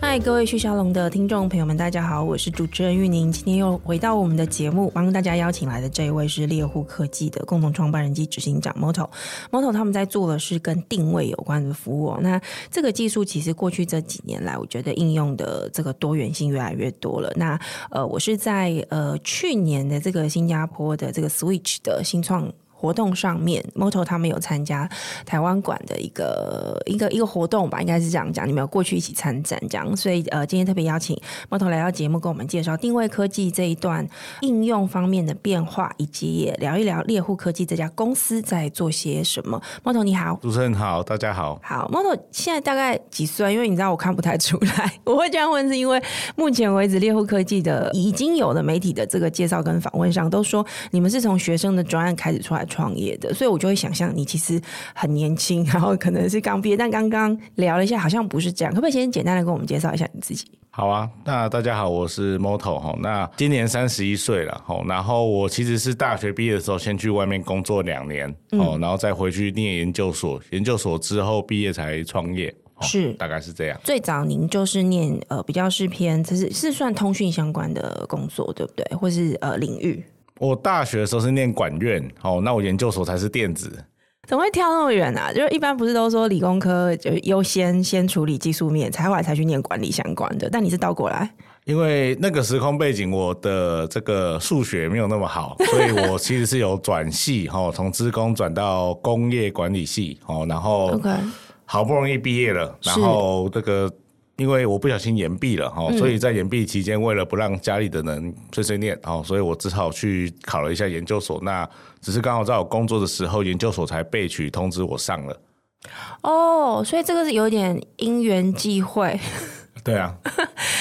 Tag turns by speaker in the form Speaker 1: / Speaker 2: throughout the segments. Speaker 1: 嗨，各位旭沙龙的听众朋友们，大家好，我是主持人玉宁。今天又回到我们的节目，帮大家邀请来的这一位是猎户科技的共同创办人及执行长 Moto。Moto 他们在做的是跟定位有关的服务、哦。那这个技术其实过去这几年来，我觉得应用的这个多元性越来越多了。那呃，我是在呃去年的这个新加坡的这个 Switch 的新创。活动上面，Moto 他们有参加台湾馆的一个一个一个活动吧，应该是这样讲。你们有过去一起参展这样，所以呃，今天特别邀请 Moto 来到节目，跟我们介绍定位科技这一段应用方面的变化，以及也聊一聊猎户科技这家公司在做些什么。Moto 你好，
Speaker 2: 主持人好，大家好。
Speaker 1: 好，Moto 现在大概几岁？因为你知道我看不太出来，我会这样问，是因为目前为止猎户科技的已经有的媒体的这个介绍跟访问上，都说你们是从学生的专案开始出来。创业的，所以我就会想象你其实很年轻，然后可能是刚毕业，但刚刚聊了一下，好像不是这样。可不可以先简单的跟我们介绍一下你自己？
Speaker 2: 好啊，那大家好，我是 Moto 哈，那今年三十一岁了哈，然后我其实是大学毕业的时候先去外面工作两年哦，嗯、然后再回去念研究所，研究所之后毕业才创业。
Speaker 1: 是，
Speaker 2: 大概是这样。
Speaker 1: 最早您就是念呃比较是偏，就是是算通讯相关的工作，对不对？或是呃领域？
Speaker 2: 我大学的时候是念管院，哦，那我研究所才是电子。
Speaker 1: 怎么会跳那么远啊？就是一般不是都说理工科就优先先处理技术面，才后来才去念管理相关的，但你是倒过来。
Speaker 2: 因为那个时空背景，我的这个数学没有那么好，所以我其实是有转系，哈哦，从资工转到工业管理系，哦，然后好不容易毕业了，然后这个。因为我不小心延毕了哈，所以在延毕期间，为了不让家里的人碎碎念哦，所以我只好去考了一下研究所。那只是刚好在我工作的时候，研究所才被取通知我上了。
Speaker 1: 哦，所以这个是有点因缘际会。
Speaker 2: 对啊，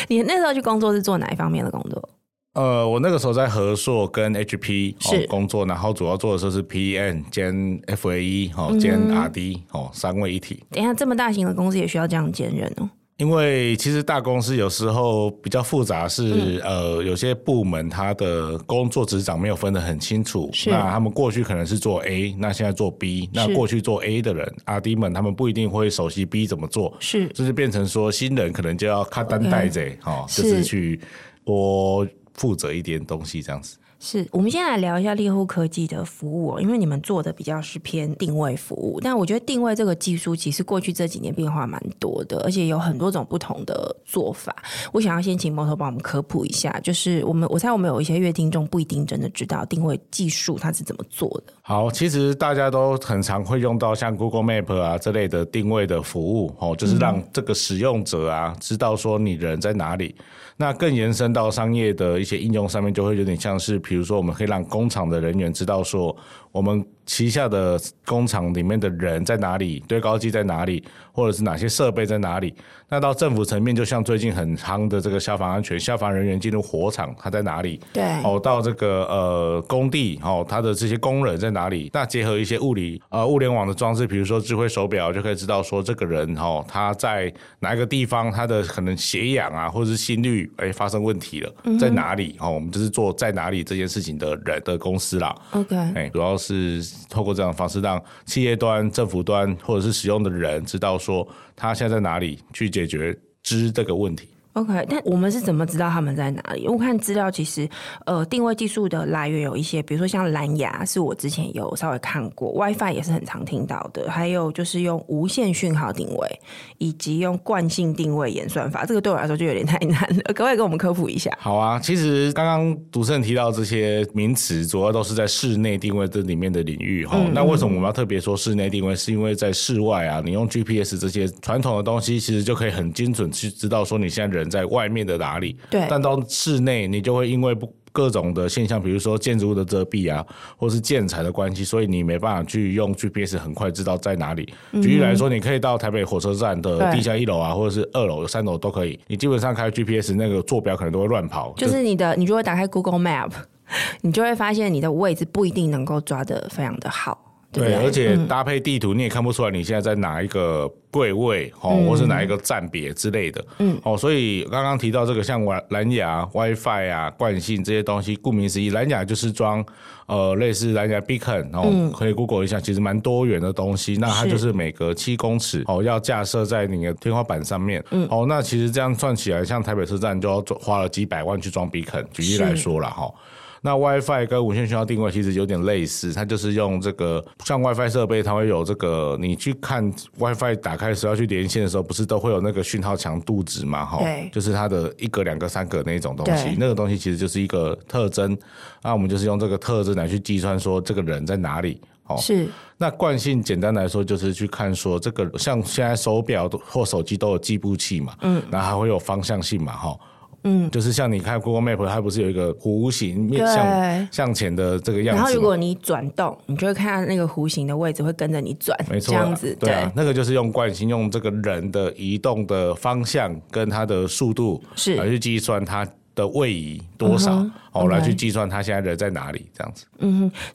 Speaker 1: 你那时候去工作是做哪一方面的工作？
Speaker 2: 呃，我那个时候在和硕跟 HP 哦工作，然后主要做的就是 PM 兼 FAE 哦兼 RD、嗯、哦三位一体。
Speaker 1: 等一下，这么大型的公司也需要这样兼任哦。
Speaker 2: 因为其实大公司有时候比较复杂是，是、嗯、呃有些部门它的工作职掌没有分得很清楚，那他们过去可能是做 A，那现在做 B，那过去做 A 的人阿 D 们他们不一定会熟悉 B 怎么做，
Speaker 1: 是，
Speaker 2: 就是变成说新人可能就要看单带着哈，就是去多负责一点东西这样子。
Speaker 1: 是我们先来聊一下猎户科技的服务哦，因为你们做的比较是偏定位服务，但我觉得定位这个技术其实过去这几年变化蛮多的，而且有很多种不同的做法。我想要先请摩头帮我们科普一下，就是我们我猜我们有一些乐听众不一定真的知道定位技术它是怎么做的。
Speaker 2: 好，其实大家都很常会用到像 Google Map 啊这类的定位的服务哦，就是让这个使用者啊知道说你人在哪里。那更延伸到商业的一些应用上面，就会有点像是。比如说，我们可以让工厂的人员知道说，我们旗下的工厂里面的人在哪里，堆高机在哪里，或者是哪些设备在哪里。那到政府层面，就像最近很夯的这个消防安全，消防人员进入火场，他在哪里？
Speaker 1: 对。
Speaker 2: 哦，到这个呃工地，哦，他的这些工人在哪里？那结合一些物理呃物联网的装置，比如说智慧手表，就可以知道说这个人哦他在哪一个地方，他的可能血氧啊，或者是心率哎发生问题了，在哪里？嗯、哦，我们就是做在哪里这。件事情的人的公司啦
Speaker 1: ，OK，
Speaker 2: 哎、欸，主要是透过这样的方式，让企业端、政府端或者是使用的人知道说他现在在哪里，去解决知这个问题。
Speaker 1: OK，但我们是怎么知道他们在哪里？我看资料，其实呃，定位技术的来源有一些，比如说像蓝牙，是我之前有稍微看过，WiFi 也是很常听到的，还有就是用无线讯号定位，以及用惯性定位演算法，这个对我来说就有点太难了，可不可以给我们科普一下？
Speaker 2: 好啊，其实刚刚主持人提到这些名词，主要都是在室内定位这里面的领域哈、嗯。那为什么我们要特别说室内定位？是因为在室外啊，你用 GPS 这些传统的东西，其实就可以很精准去知道说你现在人。人在外面的哪里？
Speaker 1: 对，
Speaker 2: 但到室内，你就会因为不各种的现象，比如说建筑物的遮蔽啊，或是建材的关系，所以你没办法去用 GPS 很快知道在哪里。嗯、举例来说，你可以到台北火车站的地下一楼啊，或者是二楼、三楼都可以。你基本上开 GPS，那个坐标可能都会乱跑。
Speaker 1: 就是你的，你如果打开 Google Map，你就会发现你的位置不一定能够抓的非常的好。不
Speaker 2: 对，而嗯且搭配地图你也看不出来你现在在哪一个柜位哦，或是哪一个站别之类的。嗯，哦，所以刚刚提到这个像蓝蓝牙、WiFi 啊、惯性这些东西，顾名思义，蓝牙就是装呃类似蓝牙 beacon，然、后可以 Google 一下，其实蛮多元的东西。那它嗯就是每隔七公尺哦要架设在你的天花板上面。嗯，哦，那其实这样算起来，像台北车站就要花了几百万去装 beacon，举例来说了哈。哦那 WiFi 跟无线讯号定位其实有点类似，它就是用这个像 WiFi 设备，它会有这个你去看 WiFi 打开的时候要去连线的时候，不是都会有那个讯号强度值嘛？哈
Speaker 1: 对，
Speaker 2: 就是它的一格、两格、三格那种东
Speaker 1: 对
Speaker 2: 西，那个东西其实就是一个特征。那我们就是用这个特征来去计算说这个人在哪里。哦，
Speaker 1: 是
Speaker 2: 那惯性简单来说就是去看说这个像现在手表都或手机都有计步器嘛，嗯，然后还会有方向性嘛，哈。嗯，就是像你看 Google Map，它不是有一个弧形
Speaker 1: 对
Speaker 2: 面向向前的这个样
Speaker 1: 然
Speaker 2: 子
Speaker 1: 后
Speaker 2: 吗？
Speaker 1: 如果你转动，你就会看到那个弧形的位置会跟着你转，
Speaker 2: 没错
Speaker 1: 这
Speaker 2: 啊，
Speaker 1: 样子
Speaker 2: 对啊，那个就是用惯性，用这个人的移动的方向跟他的速度
Speaker 1: 是嗯
Speaker 2: 来去计算他的位移多少，哦，
Speaker 1: OK
Speaker 2: 来去计算他现在人在哪里，这样子。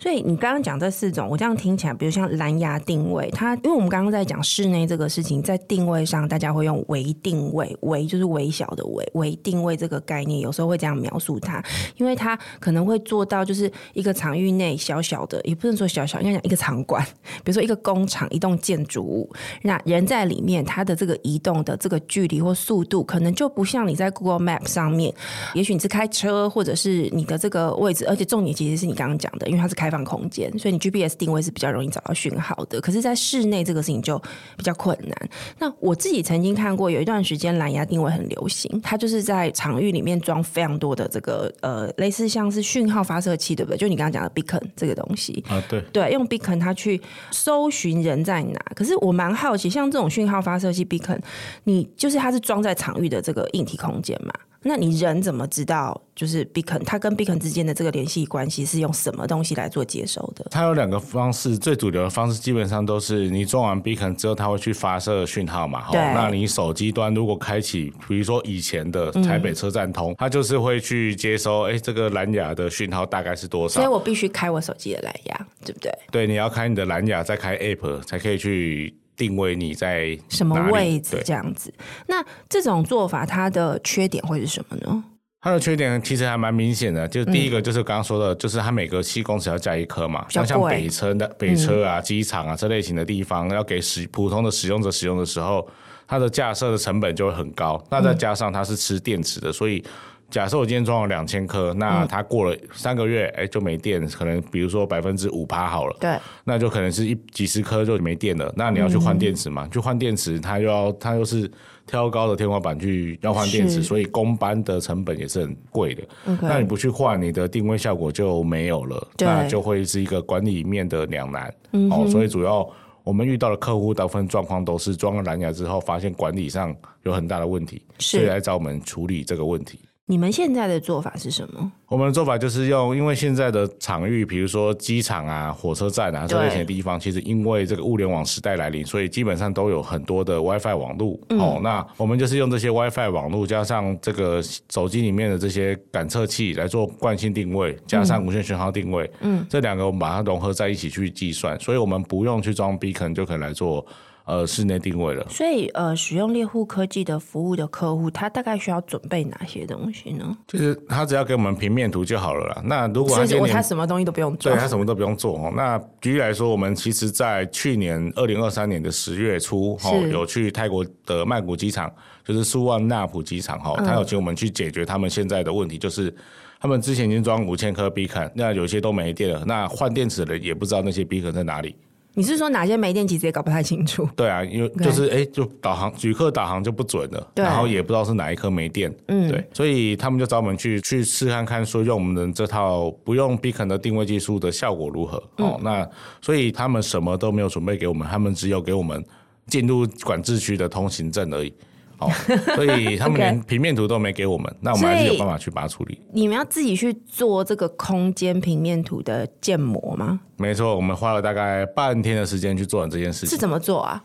Speaker 1: 所以你刚刚讲这四种，我这样听起来，比如像蓝牙定位，它因为我们刚刚在讲室内这个事情，在定位上大家会用微定位，微就是微小的微，微定位这个概念有时候会这样描述它，因为它可能会做到就是一个场域内小小的，也不能说小小，应该讲一个场馆，比如说一个工厂、一栋建筑物，那人在里面，它的这个移动的这个距离或速度，可能就不像你在 Google Map 上面，也许你是开车，或者是你的这个位置，而且重点其实是你刚刚讲的，因为它是开放空间，所以你 GPS 定位是比较容易找到讯号的。可是，在室内这个事情就比较困难。那我自己曾经看过有一段时间蓝牙定位很流行，它就是在场域里面装非常多的这个呃类似像是讯号发射器，对不对？就你刚刚讲的 beacon 这个东西，
Speaker 2: 啊，对，
Speaker 1: 对，用 beacon 它去搜寻人在哪。可是我蛮好奇，像这种讯号发射器 beacon，你就是它是装在场域的这个硬体空间嘛？那你人怎么知道就是 beacon 它跟 beacon 之间的这个联系关系是用什么东西来做接收的？
Speaker 2: 它有两个方式，最主流的方式基本上都是你装完 beacon 之后，它会去发射讯号嘛。吼
Speaker 1: 对
Speaker 2: 那你手机端如果开启，比如说以前的
Speaker 1: 嗯
Speaker 2: 台北车站通，它就是会去接收，哎、这个蓝牙的讯号大概是多
Speaker 1: 所以
Speaker 2: 少？
Speaker 1: 我必须开我手机的蓝牙，对不对？
Speaker 2: 对，你要开你的蓝牙，再开 app 才可以去定位你在
Speaker 1: 什么
Speaker 2: 哪里
Speaker 1: 位置
Speaker 2: 对
Speaker 1: 这样子？那这种做法它的缺点会是什么呢？
Speaker 2: 它的缺点其实还蛮明显的，就是第一个就是刚刚说的，就是它每隔七公尺要加一颗嘛，
Speaker 1: 嗯较
Speaker 2: 像像
Speaker 1: 贵嗯
Speaker 2: 北车的北车啊、机场啊这类型的地方，要给使普通的使用者使用的时候，它的架设的成本就会很高。那
Speaker 1: 嗯
Speaker 2: 再加上它是吃电池的，所以假设我今天装了两千颗，那
Speaker 1: 嗯
Speaker 2: 它过了三个月，哎、就没电，可能比如说百分之五趴好了，
Speaker 1: 对，
Speaker 2: 那就可能是一几十颗就没电了。那你要去换电池嘛？去换电池，它又要它又是挑高的天花板去要换电池，
Speaker 1: 是
Speaker 2: 所以工班的成本也是很贵的。
Speaker 1: OK
Speaker 2: 那你不去换，你的定位效果就没有了，
Speaker 1: 对嗯
Speaker 2: 那就会是一个管理面的两难。哦，所以主要。我们遇到的客户大部分状况都是装了蓝牙之后，发现管理上有很大的问题，
Speaker 1: 是
Speaker 2: 所以来找我们处理这个问题。
Speaker 1: 你们现在的做法是什么？
Speaker 2: 我们的做法就是用，因为现在的场域，比如说机场啊、火车站啊这类型的地方，其实因为这个物联网时代来临，所以基本上都有很多的 WiFi 网路、
Speaker 1: 嗯
Speaker 2: 哦。那我们就是用这些 WiFi 网路，加上这个手机里面的这些感测器来做惯性定位，加上无线讯号定位，嗯，这两个我们把它融合在一起去计算，所以我们不用去装 beacon 就可以来做呃室内定位了。
Speaker 1: 所以呃，使用猎户科技的服务的客户，他大概需要准备哪些东西呢？
Speaker 2: 就是它只要给我们平面图就好了啦。那如果它
Speaker 1: 是
Speaker 2: 今
Speaker 1: 我
Speaker 2: 年
Speaker 1: 他什么东西都不用做
Speaker 2: 对，他什么都不用做哦。那举例来说，我们其实，在去年二零二三年的十月初，哦，
Speaker 1: 是
Speaker 2: 有去泰国的曼谷机场，就是苏万纳普机场，哈、哦，
Speaker 1: 嗯
Speaker 2: 他有请我们去解决他们现在的问题，就是他们之前已经装五千颗 beacon，那有些都没电了，那换电池的人也不知道那些 beacon 在哪里。
Speaker 1: 你是说哪些没电其实也搞不太清 楚？
Speaker 2: 对啊，因为
Speaker 1: OK
Speaker 2: 就是哎、就导航旅客导航就不准了，
Speaker 1: 对
Speaker 2: 然后也不知道是哪一颗没电，嗯，对，所以他们就找我们去去试看看，说用我们的这套不用 Beacon 的定位技术的效果如何。
Speaker 1: 嗯
Speaker 2: 哦，那所以他们什么都没有准备给我们，他们只有给我们进入管制区的通行证而已。 哦，所以他们连平面图都没给我们，那我们还是
Speaker 1: 所以
Speaker 2: 有办法去把它处理。
Speaker 1: 你们要自己去做这个空间平面图的建模吗？
Speaker 2: 没错，我们花了大概半天的时间去做完这件事情
Speaker 1: 是。怎么做啊？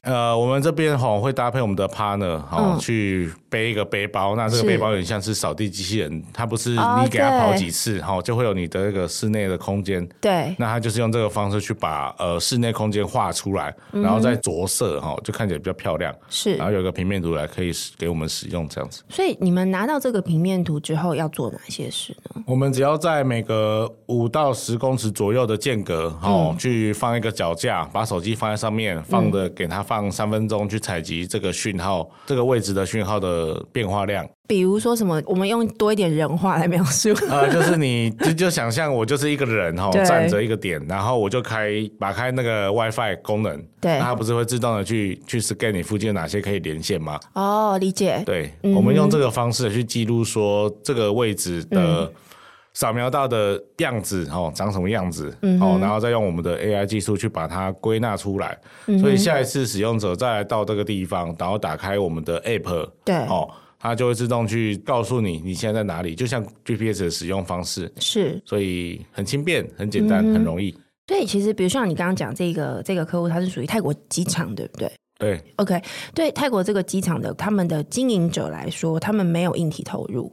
Speaker 2: 呃，我们这边哈会搭配我们的 partner 哈、
Speaker 1: 嗯
Speaker 2: 去背一个背包，那这个
Speaker 1: 是
Speaker 2: 背包有点像是扫地机器人，它不是
Speaker 3: 哦
Speaker 2: 你给它跑
Speaker 3: 对
Speaker 2: 几次哈、就会有你的那个室内的空间。
Speaker 3: 对，
Speaker 2: 那它就是用这个方式去把呃室内空间画出来，然后再着色哈、就看起来比较漂亮。
Speaker 1: 是
Speaker 2: 然后有一个平面图来可以使给我们使用这样子。
Speaker 1: 所以你们拿到这个平面图之后要做哪些事呢？
Speaker 2: 我们只要在每个五到十公尺左右的间隔，
Speaker 1: 嗯
Speaker 2: 哦，去放一个脚架，把手机放在上面，放的给它
Speaker 1: 嗯
Speaker 2: 放三分钟，去采集这个讯号，这个位置的讯号的变化量。
Speaker 1: 比如说什么，我们用多一点人话来描 述。
Speaker 2: 呃，就是你就就想象我就是一个人哈，
Speaker 1: 对
Speaker 2: 站着一个点，然后我就开打开那个 WiFi 功能，
Speaker 1: 对
Speaker 2: 那它不是会自动的去去 scan 你附近有哪些可以连线吗？
Speaker 1: 哦，理解。
Speaker 2: 对，我们用这个方式去记录说这个位置
Speaker 1: 嗯
Speaker 2: 的扫描到的样子哦，长什么样子
Speaker 1: 嗯
Speaker 2: 哦，然后再用我们的 AI 技术去把它归纳出来。
Speaker 1: 嗯
Speaker 2: 所以下一次使用者再来到这个地方，然后打开我们的 App，
Speaker 1: 对
Speaker 2: 哦，它就会自动去告诉你你现在在哪里，就像 GPS 的使用方式，
Speaker 1: 是，
Speaker 2: 所以很轻便、很简
Speaker 1: 嗯
Speaker 2: 单、很容易。
Speaker 1: 所以其实比如像你刚刚讲这个这个客户，他是属于泰国机场，对不对
Speaker 2: 对，
Speaker 1: ？OK，对泰国这个机场的他们的经营者来说，他们没有硬体投入，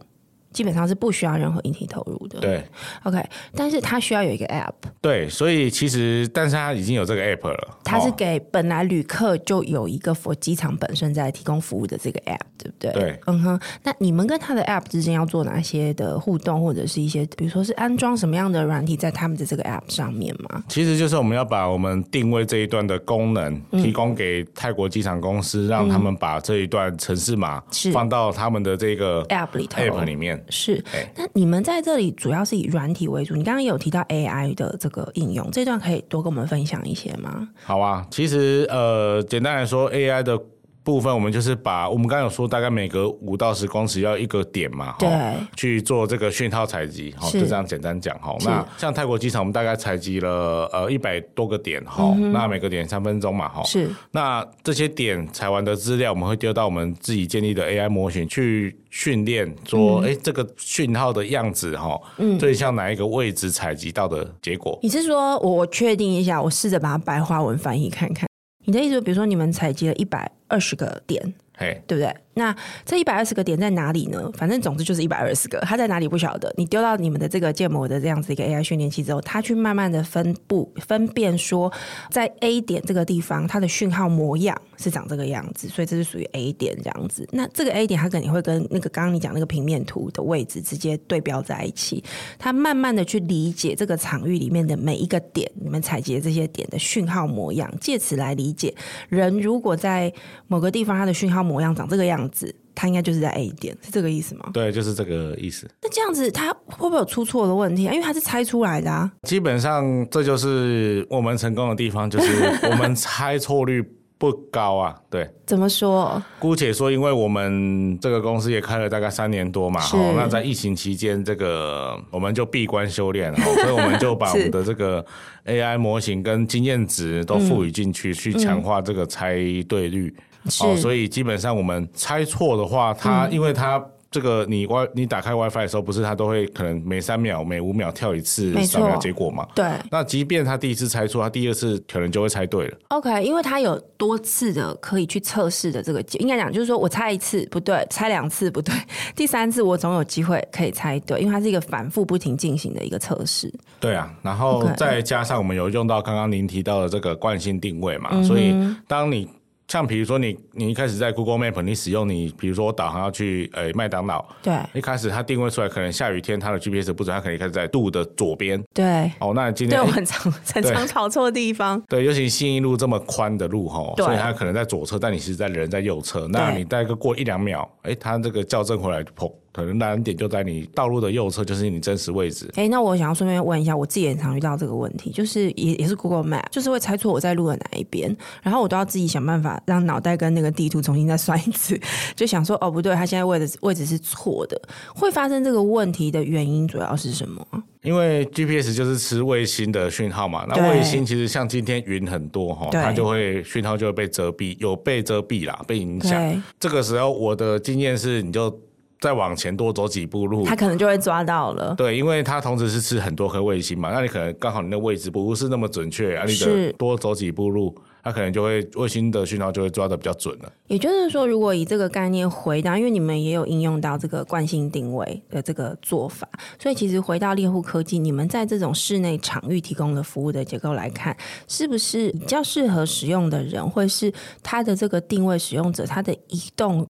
Speaker 1: 基本上是不需要任何硬体投入的。
Speaker 2: 对，
Speaker 1: ，OK，但是他需要有一个 App，
Speaker 2: 对，所以其实，但是它已经有这个 app 了，
Speaker 1: 它是
Speaker 2: 哦
Speaker 1: 给本来旅客就有一个 for 机场本身在提供服务的这个 App，对不对？
Speaker 2: 对，
Speaker 1: 嗯哼。那你们跟它的 App 之间要做哪些的互动，或者是一些，比如说是安装什么样的软体在他们的这个 App 上面吗？
Speaker 2: 其实就是我们要把我们定位这一段的功能
Speaker 1: 嗯
Speaker 2: 提供给泰国机场公司，让他们把这一段城市码
Speaker 1: 是
Speaker 2: 放到他们的这个
Speaker 1: App 里头
Speaker 2: app 里面。哎
Speaker 1: 是
Speaker 2: 对，
Speaker 1: 那你们在这里主要是以软体为主。你刚刚也有提到 AI 的这个应用，这段可以多跟我们分享一些吗？
Speaker 2: 好啊，其实呃，简单来说，AI 的部分，我们就是把我们刚刚有说，大概每隔五到十公尺要一个点嘛，
Speaker 1: 对
Speaker 2: 齁去做这个讯号采集，好，
Speaker 1: 是
Speaker 2: 就这样简单讲哈。齁那像泰国机场，我们大概采集了呃一百多个点哈，
Speaker 1: 嗯
Speaker 2: 齁那每个点三分钟嘛哈。齁
Speaker 1: 是
Speaker 2: 那这些点采完的资料，我们会丢到我们自己建立的 AI 模型去训练，说，哎、这个讯号的样子哈，最像哪一个位置采集到的结果？
Speaker 1: 你是说我我确定一下，我试着把它白话文翻译看看。你的意思，比如说你们采集了一百二十个点，
Speaker 2: 嘿，
Speaker 1: 对不对？那这一百二十个点在哪里呢？反正总之就是一百二十个，它在哪里不晓得。你丢到你们的这个建模的这样子一个 AI 训练器之后，它去慢慢的分布分辨说，在 A 点这个地方它的讯号模样是长这个样子，所以这是属于 A 点这样子。那这个 A 点它肯定会跟那个刚刚你讲那个平面图的位置直接对标在一起，它慢慢的去理解这个场域里面的每一个点，你们采集的这些点的讯号模样，借此来理解人如果在某个地方它的讯号模样长这个样子，它应该就是在 A 点，是这个意思吗？
Speaker 2: 对，就是这个意思。
Speaker 1: 那这样子它会不会有出错的问题啊？因为它是猜出来的啊。
Speaker 2: 基本上这就是我们成功的地方，就是我们猜错率不高啊。对，
Speaker 1: 怎么说？
Speaker 2: 姑且说，因为我们这个公司也开了大概三年多嘛，
Speaker 1: 是
Speaker 2: 哦，那在疫情期间，这个我们就闭关修 炼，哦，所以我们就把我
Speaker 1: 是
Speaker 2: 们的这个 AI 模型跟经验值都赋予进去，去强化这个猜对率。哦，
Speaker 1: 嗯是嗯
Speaker 2: 所以基本上我们猜错的话，它、因为它。这个你 Wi 你打开 WiFi 的时候，不是它都会可能每三秒、每五秒跳一次
Speaker 1: 没错
Speaker 2: 扫描结果嘛？
Speaker 1: 对
Speaker 2: 那即便他第一次猜错，他第二次可能就会猜对了。
Speaker 1: ，OK，因为它有多次的可以去测试的这个机，应该讲就是说我猜一次不对，猜两次不对， 第三次我总有机会可以猜对，因为它是一个反复不停进行的一个测试。
Speaker 2: 对啊，然后
Speaker 1: OK
Speaker 2: 再加上我们有用到刚刚您提到的这个惯性定位嘛，
Speaker 1: 嗯
Speaker 2: 所以当你像比如说你你一开始在 Google Map 你使用你比如说我导航要去呃麦当劳，
Speaker 1: 对
Speaker 2: 一开始它定位出来可能下雨天它的 GPS 不准，它可能开始在路的左边。
Speaker 1: 对，
Speaker 2: 哦，那今
Speaker 1: 对
Speaker 2: 天
Speaker 1: 我
Speaker 2: 诶
Speaker 1: 很常很常跑错地方。
Speaker 2: 对，尤其信义路这么宽的路吼，
Speaker 1: 对
Speaker 2: 所以它可能在左侧，但你是在人在右侧。那
Speaker 1: 对
Speaker 2: 你大概过一两秒，哎，它这个校正回来，砰，可能蓝点就在你道路的右侧，就是你真实位置。
Speaker 1: 哎、那我想要顺便问一下，我自己也很常遇到这个问题，就是也也是 Google Map，就是会猜错我在路的哪一边，然后我都要自己想办法让脑袋跟那个地图重新再算一次，就想说哦不对，它现在位置位置是错的。会发生这个问题的原因主要是什么啊？
Speaker 2: 因为 GPS 就是吃卫星的讯号嘛，那
Speaker 1: 对
Speaker 2: 卫星其实像今天云很多哈，
Speaker 1: 对
Speaker 2: 它就会讯号就会被遮蔽，有被遮蔽啦，被影响
Speaker 1: 对。
Speaker 2: 这个时候我的经验是，你就再往前多走几步路
Speaker 1: 他。可能就会抓到了。
Speaker 2: 对，因为它同时是吃很多颗卫星嘛，那你可能刚好你的位置不是那么准确啊，你
Speaker 1: 是
Speaker 2: 得多走几步路，它可能就会卫星的讯号就会抓的比较准了。
Speaker 1: 也就是说，如果以这个概念回到，因为你们也有应用到这个惯性定位的这个做法，所以其实回到猎户科技，你们在这种室内场域提供的服务的结构来看，是不是比较适合使用的人，或是他的这个定位使用者，他的移动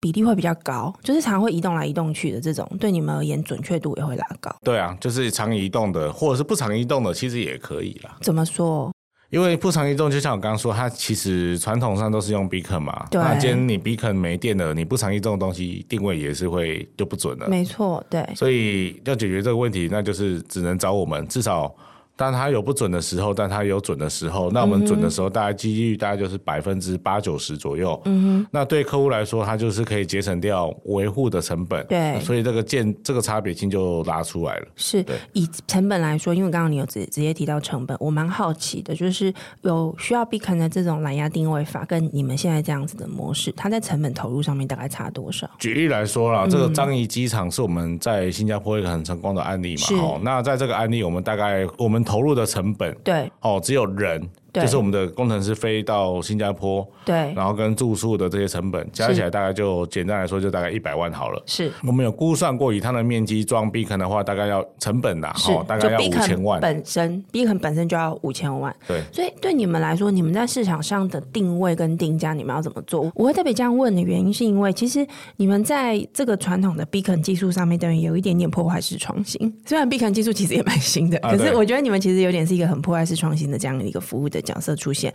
Speaker 1: 比例会比较高，就是常会移动来移动去的这种，对你们而言准确度也会拉高。
Speaker 2: 对啊，就是常移动的或者是不常移动的，其实也可以啦。
Speaker 1: 怎么说？
Speaker 2: 因为不常移动，就像我刚刚说，它其实传统上都是用 beacon 嘛。
Speaker 1: 对
Speaker 2: 那今天你 beacon 没电了，你不常移动的东西定位也是会就不准了。
Speaker 1: 没错，对，
Speaker 2: 所以要解决这个问题，那就是只能找我们。至少，当它有不准的时候，但它有准的时候，那我们准的时候，大概几率大概就是百分之八九十左右。嗯那对客户来说，它就是可以节省掉维护的成本。
Speaker 1: 对
Speaker 2: 所以这个建这个差别性就拉出来了。
Speaker 1: 是
Speaker 2: 对
Speaker 1: 以成本来说，因为刚刚你有直直接提到成本，我蛮好奇的，就是有需要 Beacon 的这种蓝牙定位法，跟你们现在这样子的模式，它在成本投入上面大概差多少？
Speaker 2: 举例来说啦，这
Speaker 1: 嗯
Speaker 2: 个樟宜机场是我们在新加坡一个很成功的案例嘛
Speaker 1: 是。
Speaker 2: 哦，那在这个案例，我们大概我们投入的成本
Speaker 1: 对
Speaker 2: 哦，只有人，
Speaker 1: 对
Speaker 2: 就是我们的工程师飞到新加坡，
Speaker 1: 对，
Speaker 2: 然后跟住宿的这些成本加起来，大概就简单来说就大概一百万好了。
Speaker 1: 是
Speaker 2: 我们有估算过，以它的面积装 beacon 的话，大概要成本呐、
Speaker 1: 是，
Speaker 2: 哦，大概要五
Speaker 1: 就 Beacon
Speaker 2: 千万。
Speaker 1: 本身，Beacon 本身就要五千万。
Speaker 2: 对，
Speaker 1: 所以对你们来说，你们在市场上的定位跟定价，你们要怎么做？我会特别这样问的原因，是因为其实你们在这个传统的 Beacon 技术上面，等于有一点点破坏式创新。虽然 Beacon 技术其实也蛮新的，
Speaker 2: 啊
Speaker 1: 可是
Speaker 2: 对
Speaker 1: 我觉得你们其实有点是一个很破坏式创新的这样一个服务的角色出现。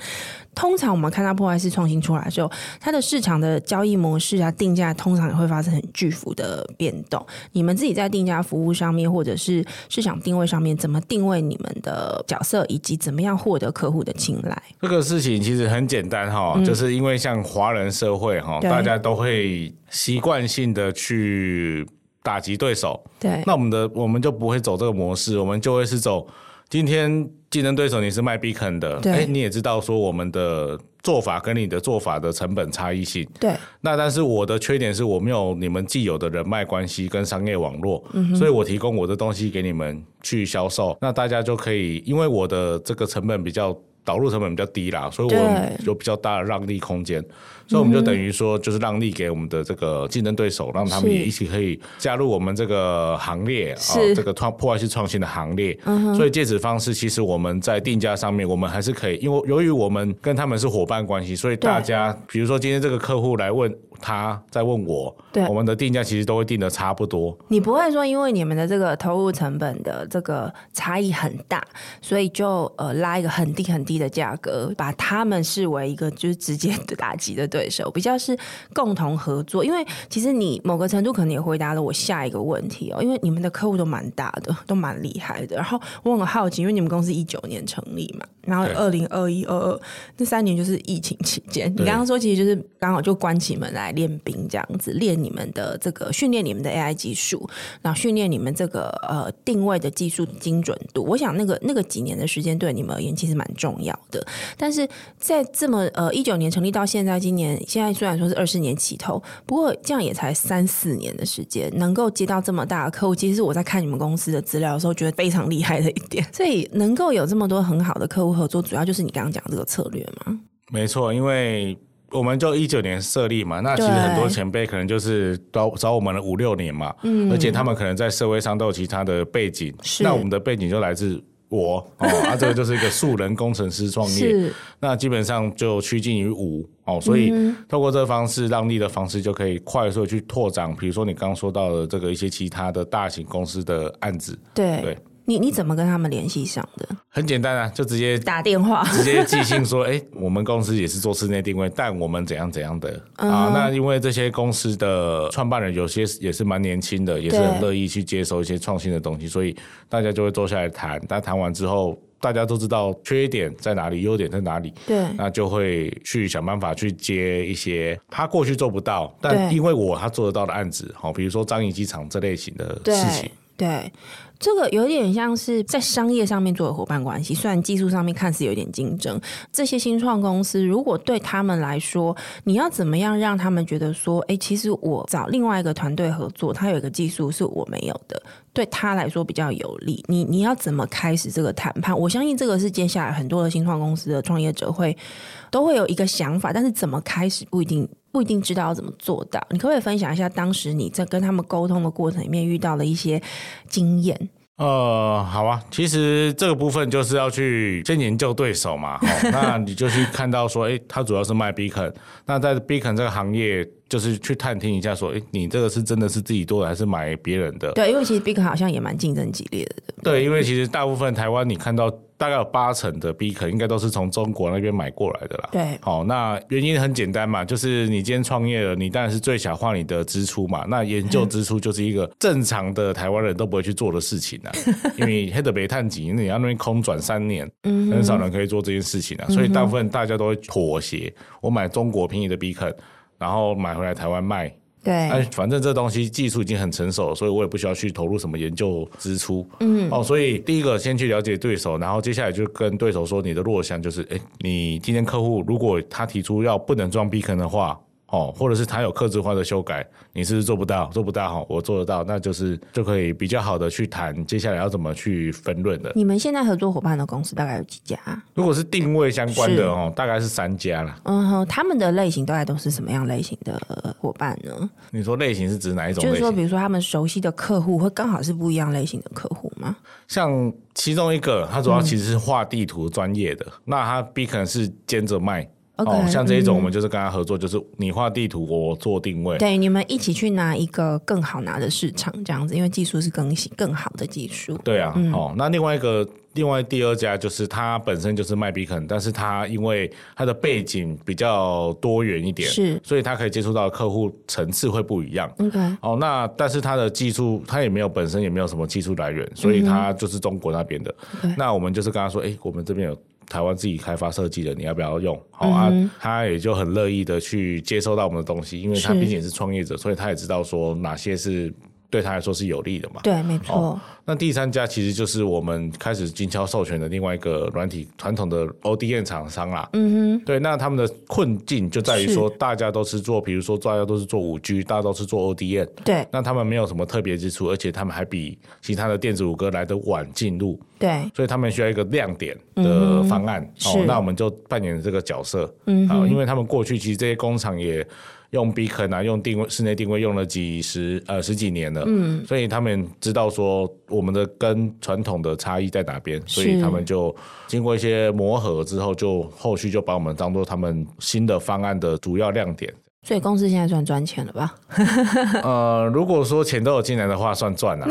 Speaker 1: 通常我们看到破坏式创新出来的时候，它的市场的交易模式啊、定价通常也会发生很巨幅的变动。你们自己在定价服务上面，或者是市场定位上面，怎么定位你们的角色，以及怎么样获得客户的青睐？
Speaker 2: 这个事情其实很简单哈、就是因为像华人社会哈、
Speaker 1: 嗯对
Speaker 2: 大家都会习惯性的去打击对手，
Speaker 1: 对
Speaker 2: 那我们的我们就不会走这个模式，我们就会是走今天竞争对手你是卖 beacon 的，
Speaker 1: 对
Speaker 2: 哎，你也知道说我们的做法跟你的做法的成本差异性。
Speaker 1: 对
Speaker 2: 那但是我的缺点是我没有你们既有的人脉关系跟商业网络，
Speaker 1: 嗯
Speaker 2: 所以我提供我的东西给你们去销售，那大家就可以因为我的这个成本比较。导入成本比较低啦，所以我
Speaker 1: 对
Speaker 2: 有比较大的让利空间，所以我们就等于说就是让利给我们的这个竞争对手，让他们
Speaker 1: 是
Speaker 2: 也一起可以加入我们这个行列啊、
Speaker 1: 是
Speaker 2: 这个创破坏式创新的行列。
Speaker 1: 嗯
Speaker 2: 所以借此方式，其实我们在定价上面，我们还是可以，因为由于我们跟他们是伙伴关系，所以大
Speaker 1: 对
Speaker 2: 家比如说今天这个客户来问他，再问我，
Speaker 1: 对
Speaker 2: 我们的定价其实都会定的差不多。
Speaker 1: 你不会说因为你们的这个投入成本的这个差异很大，所以就呃拉一个很低很低的价格，把他们视为一个就是直接的打击的对手，比较是共同合作。因为其实你某个程度可能也回答了我下一个问题哦，因为你们的客户都蛮大的，都蛮厉害的。然后我很好奇，因为你们公司一九年成立嘛，然后
Speaker 2: 对
Speaker 1: 二零二一、二二那三年就是疫情期间，你
Speaker 2: 对
Speaker 1: 刚刚说其实就是刚好就关起门来练兵这样子，练你们的这个训练你们的 AI 技术，然后训练你们这个呃定位的技术精准度。我想那个那个几年的时间对你们而言其实蛮重要的。但是在这么呃一九年成立到现在，今年现在虽然说是二十年起头，不过这样也才三四年的时间，能够接到这么大的客户，其实是我在看你们公司的资料的时候，觉得非常厉害的一点。 所以能够有这么多很好的客户合作，主要就是你刚刚讲的这个策略嘛。
Speaker 2: 没错，因为。我们就一九年设立嘛，那其实
Speaker 1: 对嗯
Speaker 2: 很多前辈可能就是找找我们了五六年嘛，而且他们可能在社会上都有其他的背景，
Speaker 1: 是
Speaker 2: 那我们的背景就来自我哦，啊，这个就是一个素人工程师创业，
Speaker 1: 是，
Speaker 2: 那基本上就趋近于无哦，所以透过这个方式让利的方式，就可以快速地去拓展，比如说你刚刚说到的这个一些其他的大型公司的案子，
Speaker 1: 对。
Speaker 2: 对
Speaker 1: 你你怎么跟他们联系上的？
Speaker 2: 很简单啊，就直接
Speaker 1: 打电话。
Speaker 2: 直接寄信说，哎、我们公司也是做室内定位，但我们怎样怎样的、啊？那因为这些公司的创办人有些也是蛮年轻的，也是很乐意去接受一些创新的东西，所以大家就会坐下来谈。但谈完之后，大家都知道缺点在哪里，优点在哪里，
Speaker 1: 对
Speaker 2: 那就会去想办法去接一些他过去做不到，但
Speaker 1: 对
Speaker 2: 因为我他做得到的案子，好，比如说张仪机场这类型的事情
Speaker 1: 对。对，这个有点像是在商业上面做的伙伴关系，虽然技术上面看似有点竞争，这些新创公司如果对他们来说，你要怎么样让他们觉得说，哎，其实我找另外一个团队合作，他有一个技术是我没有的，对他来说比较有利。你你要怎么开始这个谈判？我相信这个是接下来很多的新创公司的创业者会都会有一个想法，但是怎么开始不一定不一定知道要怎么做到。你可不可以分享一下当时你在跟他们沟通的过程里面遇到的一些经验？
Speaker 2: 呃，好啊，其实这个部分就是要去先研究对手嘛，齁那你就去看到说，诶，他主要是卖 Beacon，那在 Beacon 这个行业，就是去探听一下说，诶，你这个是真的是自己做的还是买别人的？
Speaker 1: 对，因为其实 Big 好像也蛮竞争激烈的。
Speaker 2: 对，因为其实大部分台湾你看到大概有八成的 B 肯应该都是从中国那边买过来的啦。
Speaker 1: 对
Speaker 2: 好、那原因很简单嘛，就是你今天创业了，你当然是最小化你的支出嘛。那研究支出就是一 个正常的台湾人都不会去做的事情啊，因为黑的煤炭井，你要那边空转三年，
Speaker 1: 嗯
Speaker 2: 很少人可以做这件事情啊。所以大部分大家都会妥协，我买中国便宜的 B 肯，然后买回来台湾卖，
Speaker 1: 对
Speaker 2: 哎，反正这东西技术已经很成熟了，所以我也不需要去投入什么研究支出。嗯，哦，所以第一个先去了解对手，然后接下来就跟对手说你的弱项就是，哎，你今天客户如果他提出要不能装 beacon 的话。哦，或者是他有客制化的修改，你是不是做不到？做不到哈，我做得到，那就是就可以比较好的去谈接下来要怎么去分论的。
Speaker 1: 你们现在合作伙伴的公司大概有几家？
Speaker 2: 如果是定位相关
Speaker 1: 是
Speaker 2: 的哦，大概是三家啦。
Speaker 1: 嗯哼，他们的类型大概都是什么样类型的呃伙伴呢？
Speaker 2: 你说类型是指哪一种
Speaker 1: 就
Speaker 2: 类
Speaker 1: 是
Speaker 2: 型
Speaker 1: 说，？比如说他们熟悉的客户，会刚好是不一样类型的客户吗？
Speaker 2: 像其中一个，他主
Speaker 1: 嗯
Speaker 2: 要其实是画地图专业的，那他 Beacon 是兼着卖。
Speaker 1: OK，嗯
Speaker 2: 哦，像这一种，我们就是跟他合作，就是你画地图，我做定位。
Speaker 1: 对，你们一起去拿一个更好拿的市场，这样子，因为技术是更新更好的技术。
Speaker 2: 对啊，哦，那另外一个，另外第二家就是他本身就是卖 Beacon，但是他因为他的背景比较多元一点，
Speaker 1: 是
Speaker 2: 所以他可以接触到的客户层次会不一样。
Speaker 1: OK，
Speaker 2: 哦，那但是它的技术，它也没有本身也没有什么技术来源，所以它就是中国那边的。
Speaker 1: OK
Speaker 2: 那我们就是跟他说，诶，我们这边有台湾自己开发设计的，你要不要用？好、啊，他也就很乐意的去接收到我们的东西，因为他
Speaker 1: 是
Speaker 2: 毕竟也是创业者，所以他也知道说哪些是对他来说是有利的嘛。
Speaker 1: 对，没错。
Speaker 2: 哦那第三家其实就是我们开始经销授权的另外一个软体传统的 ODM 厂商啦。嗯哼，对，那他们的困境就在于说，大家都是做，比如说大家都是做五 G，大家都是做 ODM，
Speaker 1: 对
Speaker 2: 那他们没有什么特别之处，而且他们还比其他的电子五哥来的晚进入，
Speaker 1: 对，
Speaker 2: 所以他们需要一个亮点的方案。
Speaker 1: 是
Speaker 2: 哦，那我们就扮演这个角色。嗯，好，因为他们过去其实这些工厂也用 Beacon 啊，用定位室内定位用了几十呃十几年了。嗯，所以他们知道说我们的跟传统的差异在哪边，所以他们就经过一些磨合之后，就后续就把我们当做他们新的方案的主要亮 点。
Speaker 1: 所以公司现在算赚钱了吧？
Speaker 2: 呃，如果说钱都有进来的话，算赚了、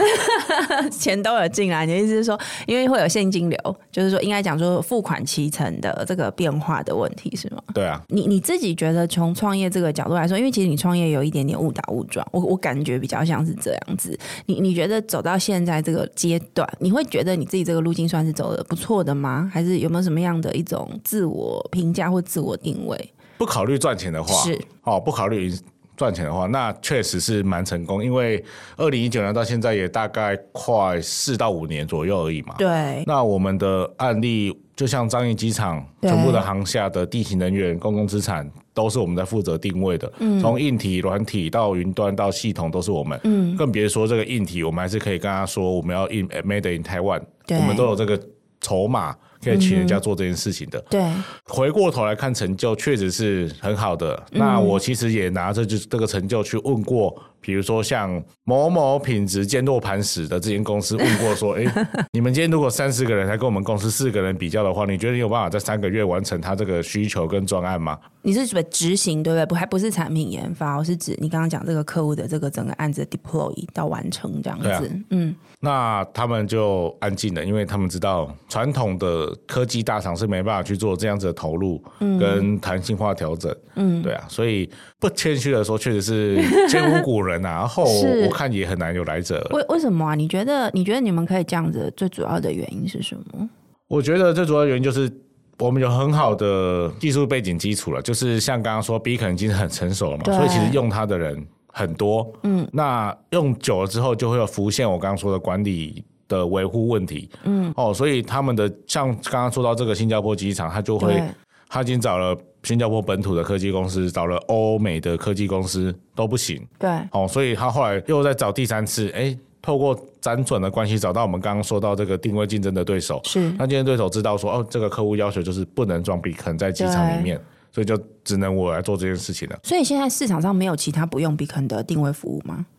Speaker 1: 钱都有进来，你的意思是说，因为会有现金流，就是说应该讲说付款期程的这个变化的问题是吗？
Speaker 2: 对啊，
Speaker 1: 你你自己觉得从创业这个角度来说，因为其实你创业有一点点误打误撞，我我感觉比较像是这样子。你你觉得走到现在这个阶段，你会觉得你自己这个路径算是走的不错的吗？还是有没有什么样的一种自我评价或自我定位？
Speaker 2: 不考虑赚钱的话，
Speaker 1: 是
Speaker 2: 哦，不考虑赚钱的话，那确实是蛮成功，因为二零一九年到现在也大概快四到五年左右而已嘛。
Speaker 1: 对，
Speaker 2: 那我们的案例，就像樟宜机场
Speaker 1: 对
Speaker 2: 全部的航厦的地勤人员、公共资产，都是我们在负责定位的。嗯，从硬体、软体到云端到系统，都是我们。嗯，更别说这个硬体，我们还是可以跟他说，我们要 in made in Taiwan，
Speaker 1: 对嗯
Speaker 2: 我们都有这个筹码可以请人家做这件事情的。
Speaker 1: 对，
Speaker 2: 回过头来看成就，确实是很好的。那我其实也拿着就是这个成就去问过，比如说像某某品质坚若磐石的这间公司，问过说：“诶，你们今天如果三十个人来跟我们公司四个人比较的话，你觉得你有办法在三个月完成他这个需求跟专案吗
Speaker 1: 你是指的执行对不对？不还不是产品研发，我是指你刚刚讲这个客户的这个整个案子的 deploy 到完成这样子。
Speaker 2: 对啊
Speaker 1: 嗯，？”
Speaker 2: 那他们就安静了，因为他们知道传统的科技大厂是没办法去做这样子的投入跟弹性化调整。嗯，对啊，所以不谦虚的说，确实是 前无古人啊。然后
Speaker 1: 是
Speaker 2: 我看也很难有来者了。
Speaker 1: 为为什么啊？你觉得你觉得你们可以这样子？最主要的原因是什么？
Speaker 2: 我觉得最主要原因就是我们有很好的技术背景基础了，就是像刚刚说，Beacon 已经很成熟了嘛，
Speaker 1: 对
Speaker 2: 所以其实用它的人很多，嗯，那用久了之后就会有浮现我刚刚说的管理的维护问题。嗯，哦，所以他们的像刚刚说到这个新加坡机场，它就会
Speaker 1: 对
Speaker 2: 他已经找了新加坡本土的科技公司，找了欧美的科技公司都不行。
Speaker 1: 对，
Speaker 2: 哦，所以他后来又再找第三次，哎，透过辗转的关系找到我们刚刚说到这个定位竞争的对手。
Speaker 1: 是
Speaker 2: 那竞争对手知道说，哦，这个客户要求就是不能装 B 坑在机场里面，所以就只能我来做这件事情了，
Speaker 1: 所以现在市场上没有其他不用 Beacon 的定位服务吗？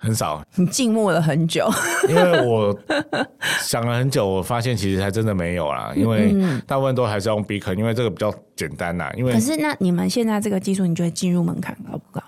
Speaker 2: 很少。
Speaker 1: 你静默了很久，
Speaker 2: 因为我想了很久，我发现其实还真的没有啦，因为大部分都还是用 B 坑，因为这个比较简单啦，因为
Speaker 1: 嗯 可是那你们现在这个技术，你觉得进入门槛高不高？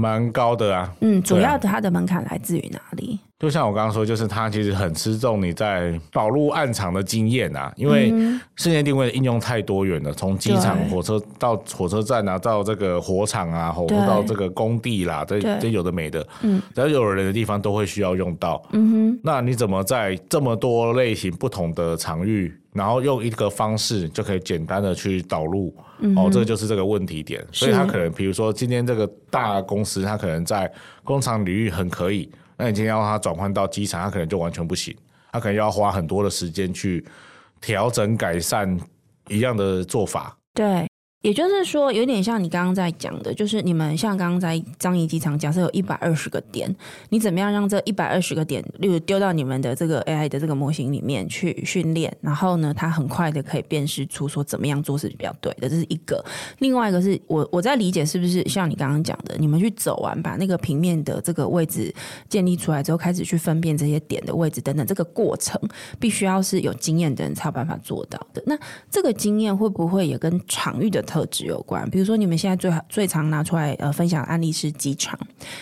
Speaker 2: 蛮高的啊。
Speaker 1: 嗯，主
Speaker 2: 对啊
Speaker 1: 要它的门槛来自于哪里？
Speaker 2: 就像我刚刚说，就是它其实很吃重你在导入暗场的经验啊，因为世界定位的应用太多元了，从机场
Speaker 1: 嗯对、
Speaker 2: 火车到火车站啊，到这个火场啊，或
Speaker 1: 对
Speaker 2: 到这个工地啦，这
Speaker 1: 对
Speaker 2: 这有的没的，
Speaker 1: 嗯，
Speaker 2: 只要有人的地方都会需要用到。
Speaker 1: 嗯
Speaker 2: 那你怎么在这么多类型不同的场域，然后用一个方式就可以简单的去导入？哦，这就是这个问题点。所以他可能，比如说今天这个大公司，它可能在工厂领域很可以，那你今天要它转换到机场，它可能就完全不行，它可能要花很多的时间去调整、改善一样的做法。
Speaker 1: 哼，对。也就是说，有点像你刚刚在讲的，就是你们像刚刚在樟宜机场，假设有一百二十个点，你怎么样让这一百二十个点，例如丢到你们的这个 AI 的这个模型里面去训练，然后呢，它很快的可以辨识出说怎么样做是比较对的，这是一个。另外一个是我我在理解是不是像你刚刚讲的，你们去走完把那个平面的这个位置建立出来之后，开始去分辨这些点的位置等等，这个过程必须要是有经验的人才有办法做到的。那这个经验会不会也跟场域的特质有关？比如说你们现在最好最常拿出来呃分享的案例是机场，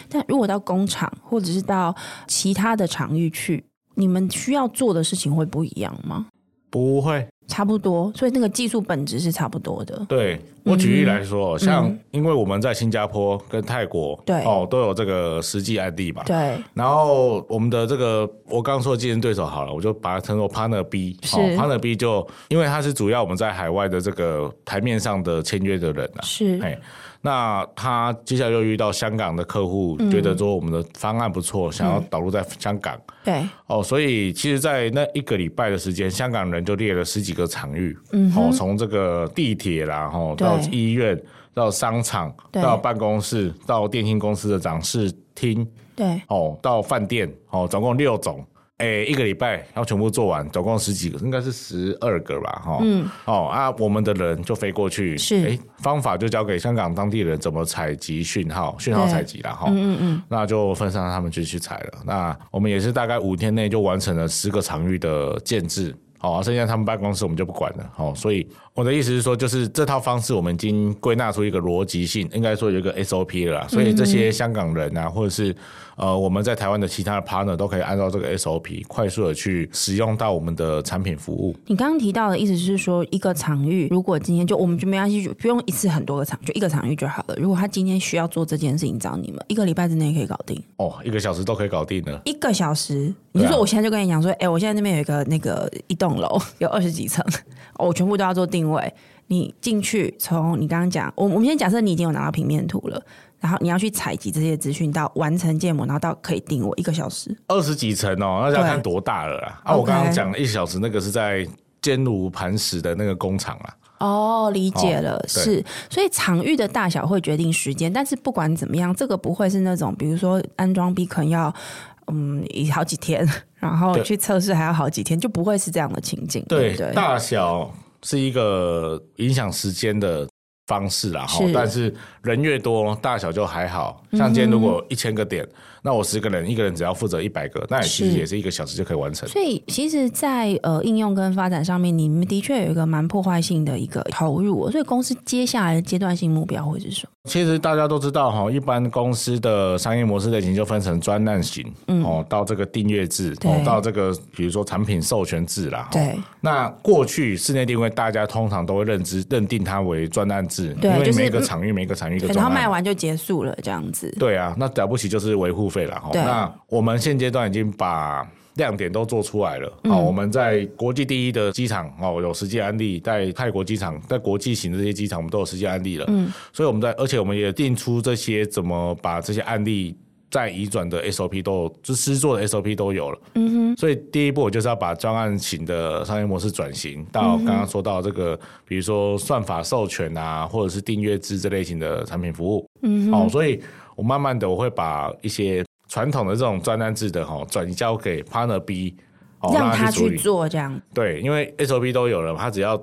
Speaker 1: 但如果到工厂或者是到其他的场域去，你们需要做的事情会不一样吗？
Speaker 2: 不会，
Speaker 1: 差不多，所以那个技术本质是差不多的。
Speaker 2: 对我举例来说，像因为我们在新加坡跟泰国，
Speaker 1: 对
Speaker 2: 哦，都有这个实际案例嘛，
Speaker 1: 对，
Speaker 2: 然后我们的这个我刚说的竞争对手好了，我就把它称作 partner B。哦
Speaker 1: 是
Speaker 2: partner B 就因为它是主要我们在海外的这个台面上的签约的人啊。
Speaker 1: 是
Speaker 2: 哎，那他接下来又遇到香港的客户，觉得说我们的方案不错，想要导入在香港。
Speaker 1: 对，
Speaker 2: 哦，所以其实，在那一个礼拜的时间，香港人就列了十几个场域，嗯，哦，从这个地铁啦，哦，
Speaker 1: 对
Speaker 2: 到医院，到商场，
Speaker 1: 对
Speaker 2: 到办公室，到电信公司的展示厅，
Speaker 1: 对，
Speaker 2: 哦，到饭店，哦，总共六种。诶，一个礼拜要全部做完，总共十几个，应该是十二个吧，哈、哦。嗯。哦啊，我们的人就飞过去，
Speaker 1: 是
Speaker 2: 诶，方法就交给香港当地人怎么采集讯号，讯号
Speaker 1: 对
Speaker 2: 采集啦，哈、
Speaker 1: 嗯嗯，
Speaker 2: 那就分散让他们就去采了。那我们也是大概五天内就完成了十个场域的建制。好、剩下他们办公室我们就不管了。好、所以我的意思是说，就是这套方式我们已经归纳出一个逻辑性，应该说有一个 SOP 了啦。所以这些香港人啊，或者是呃我们在台湾的其他的 partner 都可以按照这个 SOP 快速的去使用到我们的产品服务。
Speaker 1: 你刚刚提到的意思是说，一个场域如果今天就我们就没关系，就不用一次很多个场，就一个场域就好了。如果他今天需要做这件事情，找你们一个礼拜之内可以搞定，
Speaker 2: 哦，一个小时都可以搞定了。
Speaker 1: 一个小时。你是
Speaker 2: 对啊
Speaker 1: 说我现在就跟你讲说，哎、我现在那边有一个那个一栋楼， 有二十几层，哦我全部都要做定位。你进去，从你刚刚讲，我我们先假设你已经有拿到平面图了，然后你要去采集这些资讯，到完成建模，然后到可以定位一个小时。
Speaker 2: 二十几层哦，那就要看多大了啦。啊，我
Speaker 1: OK
Speaker 2: 刚刚讲了一小时，那个是在坚如磐石的那个工厂啊啦。
Speaker 1: 哦，理解了，
Speaker 2: 对
Speaker 1: 是，所以场域的大小会决定时间，但是不管怎么样，这个不会是那种，比如说安装 B 可能要嗯一好几天，然后
Speaker 2: 对
Speaker 1: 去测试还要好几天，就不会是这样的情境，对
Speaker 2: 对，
Speaker 1: 不对？
Speaker 2: 大小是一个影响时间的方式啦。哈
Speaker 1: 是，嗯
Speaker 2: 但是人越多，大小就还好。像今天如果一千个点，那我十个人，一个人只要负责一百个，那也其
Speaker 1: 是
Speaker 2: 实也是一个小时就可以完成。
Speaker 1: 所以，其实在，呃应用跟发展上面，你们的确有一个蛮破坏性的一个投入哦。所以，公司接下来的阶段性目标会是什么？
Speaker 2: 其实大家都知道哈，一般公司的商业模式类型就分成专案型，哦，到这个订阅制，哦
Speaker 1: 嗯对，
Speaker 2: 到这个比如说产品授权制啦，齁
Speaker 1: 对
Speaker 2: 那过去室内定位，大家通常都会认知认定它为专案制，
Speaker 1: 对
Speaker 2: 因为
Speaker 1: 就是
Speaker 2: 每个场域、每个场域的
Speaker 1: 对，然
Speaker 2: 专案
Speaker 1: 后卖
Speaker 2: 嘛。
Speaker 1: 完就结束了，这样子。
Speaker 2: 啊对啊，那了不起就是维护费了哈。
Speaker 1: 对
Speaker 2: 那我们现阶段已经把亮点都做出来了。
Speaker 1: 嗯
Speaker 2: 好、我们在国际第一的机场哦，有实际案例，在泰国机场，在国际型的这些机场，我们都有实际案例了。嗯，所以我们在，而且我们也定出这些怎么把这些案例。在移转的 SOP 都有，就施做的 SOP 都有了。嗯哼，所以第一步我就是要把专案型的商业模式转型
Speaker 1: 嗯
Speaker 2: 到刚刚说到这个，比如说算法授权啊，或者是订阅制这类型的产品服务。嗯，哦，所以我慢慢的我会把一些传统的这种专案制的哈、哦，转交给 Partner B，哦，
Speaker 1: 让
Speaker 2: 他
Speaker 1: 他
Speaker 2: 处
Speaker 1: 去
Speaker 2: 理。
Speaker 1: 做这样，
Speaker 2: 对，因为 SOP 都有了，他只要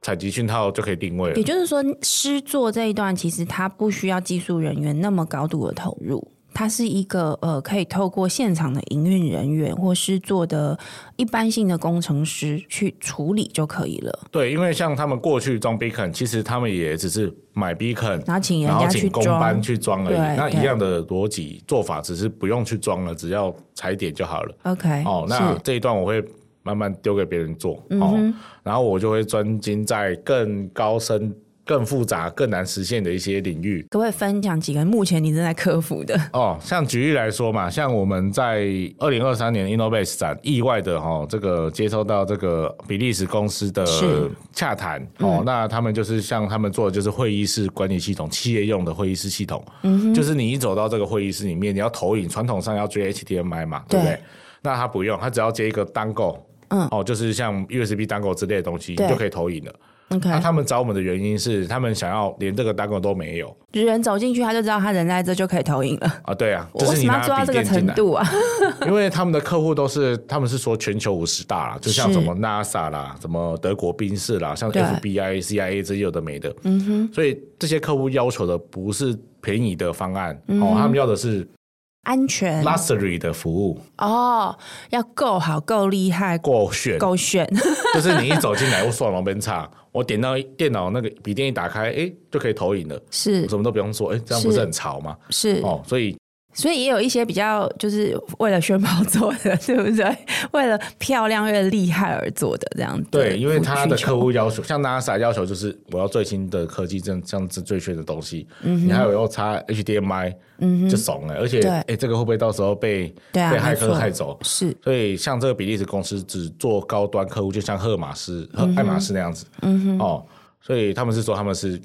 Speaker 2: 采集讯号就可以定位了
Speaker 1: 也。就是说，诗作这一段其实它不需要技术人员那么高度的投入，它是一个呃可以透过现场的营运人员或诗作的一般性的工程师去处理就可以了，
Speaker 2: 对，因为像他们过去装 Beacon，其实他们也只是买 Beacon，
Speaker 1: 然后请人
Speaker 2: 然后
Speaker 1: 家去
Speaker 2: 请工班
Speaker 1: 装。
Speaker 2: 去装而已
Speaker 1: 对。
Speaker 2: 那
Speaker 1: 对
Speaker 2: 一样的逻辑做法，只是不用去装了，只要踩点就好了。
Speaker 1: OK，
Speaker 2: 哦，那这一段我会慢慢丢给别人做、
Speaker 1: 嗯
Speaker 2: 哦，然后我就会专精在更高深、更复杂、更难实现的一些领域。
Speaker 1: 可不可以分享几个目前你正在克服 的？
Speaker 2: 哦，像举例来说嘛，像我们在二零二三年 Innobase 展意外的哈、哦，这个接收到这个比利时公司的
Speaker 1: 是嗯
Speaker 2: 洽谈哦，那他们就是像他们做的就是会议室管理系统，企业用的会议室系统，
Speaker 1: 嗯
Speaker 2: 就是你一走到这个会议室里面，你要投影，传统上要追 HDMI 嘛，对不对？
Speaker 1: 对
Speaker 2: 那他不用，他只要接一个单购。
Speaker 1: 嗯
Speaker 2: 哦，就是像 USB 单购之类的东西，你
Speaker 1: 对嗯
Speaker 2: 就可以投影了。
Speaker 1: OK，、
Speaker 2: 那、啊他们找我们的原因是，他们想要连这个单购都没有
Speaker 1: 人走进去他就知道他人在这就可以投影了。
Speaker 2: 啊？对啊，
Speaker 1: 我
Speaker 2: 就
Speaker 1: 为
Speaker 2: 是
Speaker 1: 什
Speaker 2: 你
Speaker 1: 么
Speaker 2: 拿
Speaker 1: 要做到这
Speaker 2: 笔
Speaker 1: 个
Speaker 2: 电进
Speaker 1: 程
Speaker 2: 来，
Speaker 1: 度啊？
Speaker 2: 因为他们的客户都是，他们是说全球五十大啦，就像
Speaker 1: 是
Speaker 2: 什么 NASA 啦，什么德国宾士啦，像
Speaker 1: 对
Speaker 2: FBI、CIA 这些有的没的。嗯哼，所以这些客户要求的不是便宜的方案、哦，他们要的是
Speaker 1: 安全
Speaker 2: luxury 的服务，
Speaker 1: 哦，要够好、够厉害、
Speaker 2: 过 炫，
Speaker 1: 够炫，
Speaker 2: 就是你一走进来，我爽龙边差，我点到电脑那个笔电一打开，哎，就可以投影了，
Speaker 1: 是
Speaker 2: 什么都不用做，哎，这样
Speaker 1: 是
Speaker 2: 不是很潮吗？
Speaker 1: 是，
Speaker 2: 哦，所以
Speaker 1: 所以也有一些比较就是为了炫跑做的，对不对？为了漂亮、为了厉害而做的这样子。
Speaker 2: 对，因为他的
Speaker 1: 需求
Speaker 2: 客户要求，像 NASA 要求就是我要最新的科技，这样这样子最炫的东西，
Speaker 1: 嗯
Speaker 2: 你还有要插 HDMI，就怂了。而且，
Speaker 1: 对
Speaker 2: 哎、这个会不会到时候被、
Speaker 1: 对啊
Speaker 2: 被
Speaker 1: 没
Speaker 2: 骇
Speaker 1: 错
Speaker 2: 客害走？
Speaker 1: 是
Speaker 2: 所以，像这个比利时公司只做高端客户，就像赫马斯、
Speaker 1: 嗯
Speaker 2: 赫爱马仕那样子，哦，所以他们是说他们是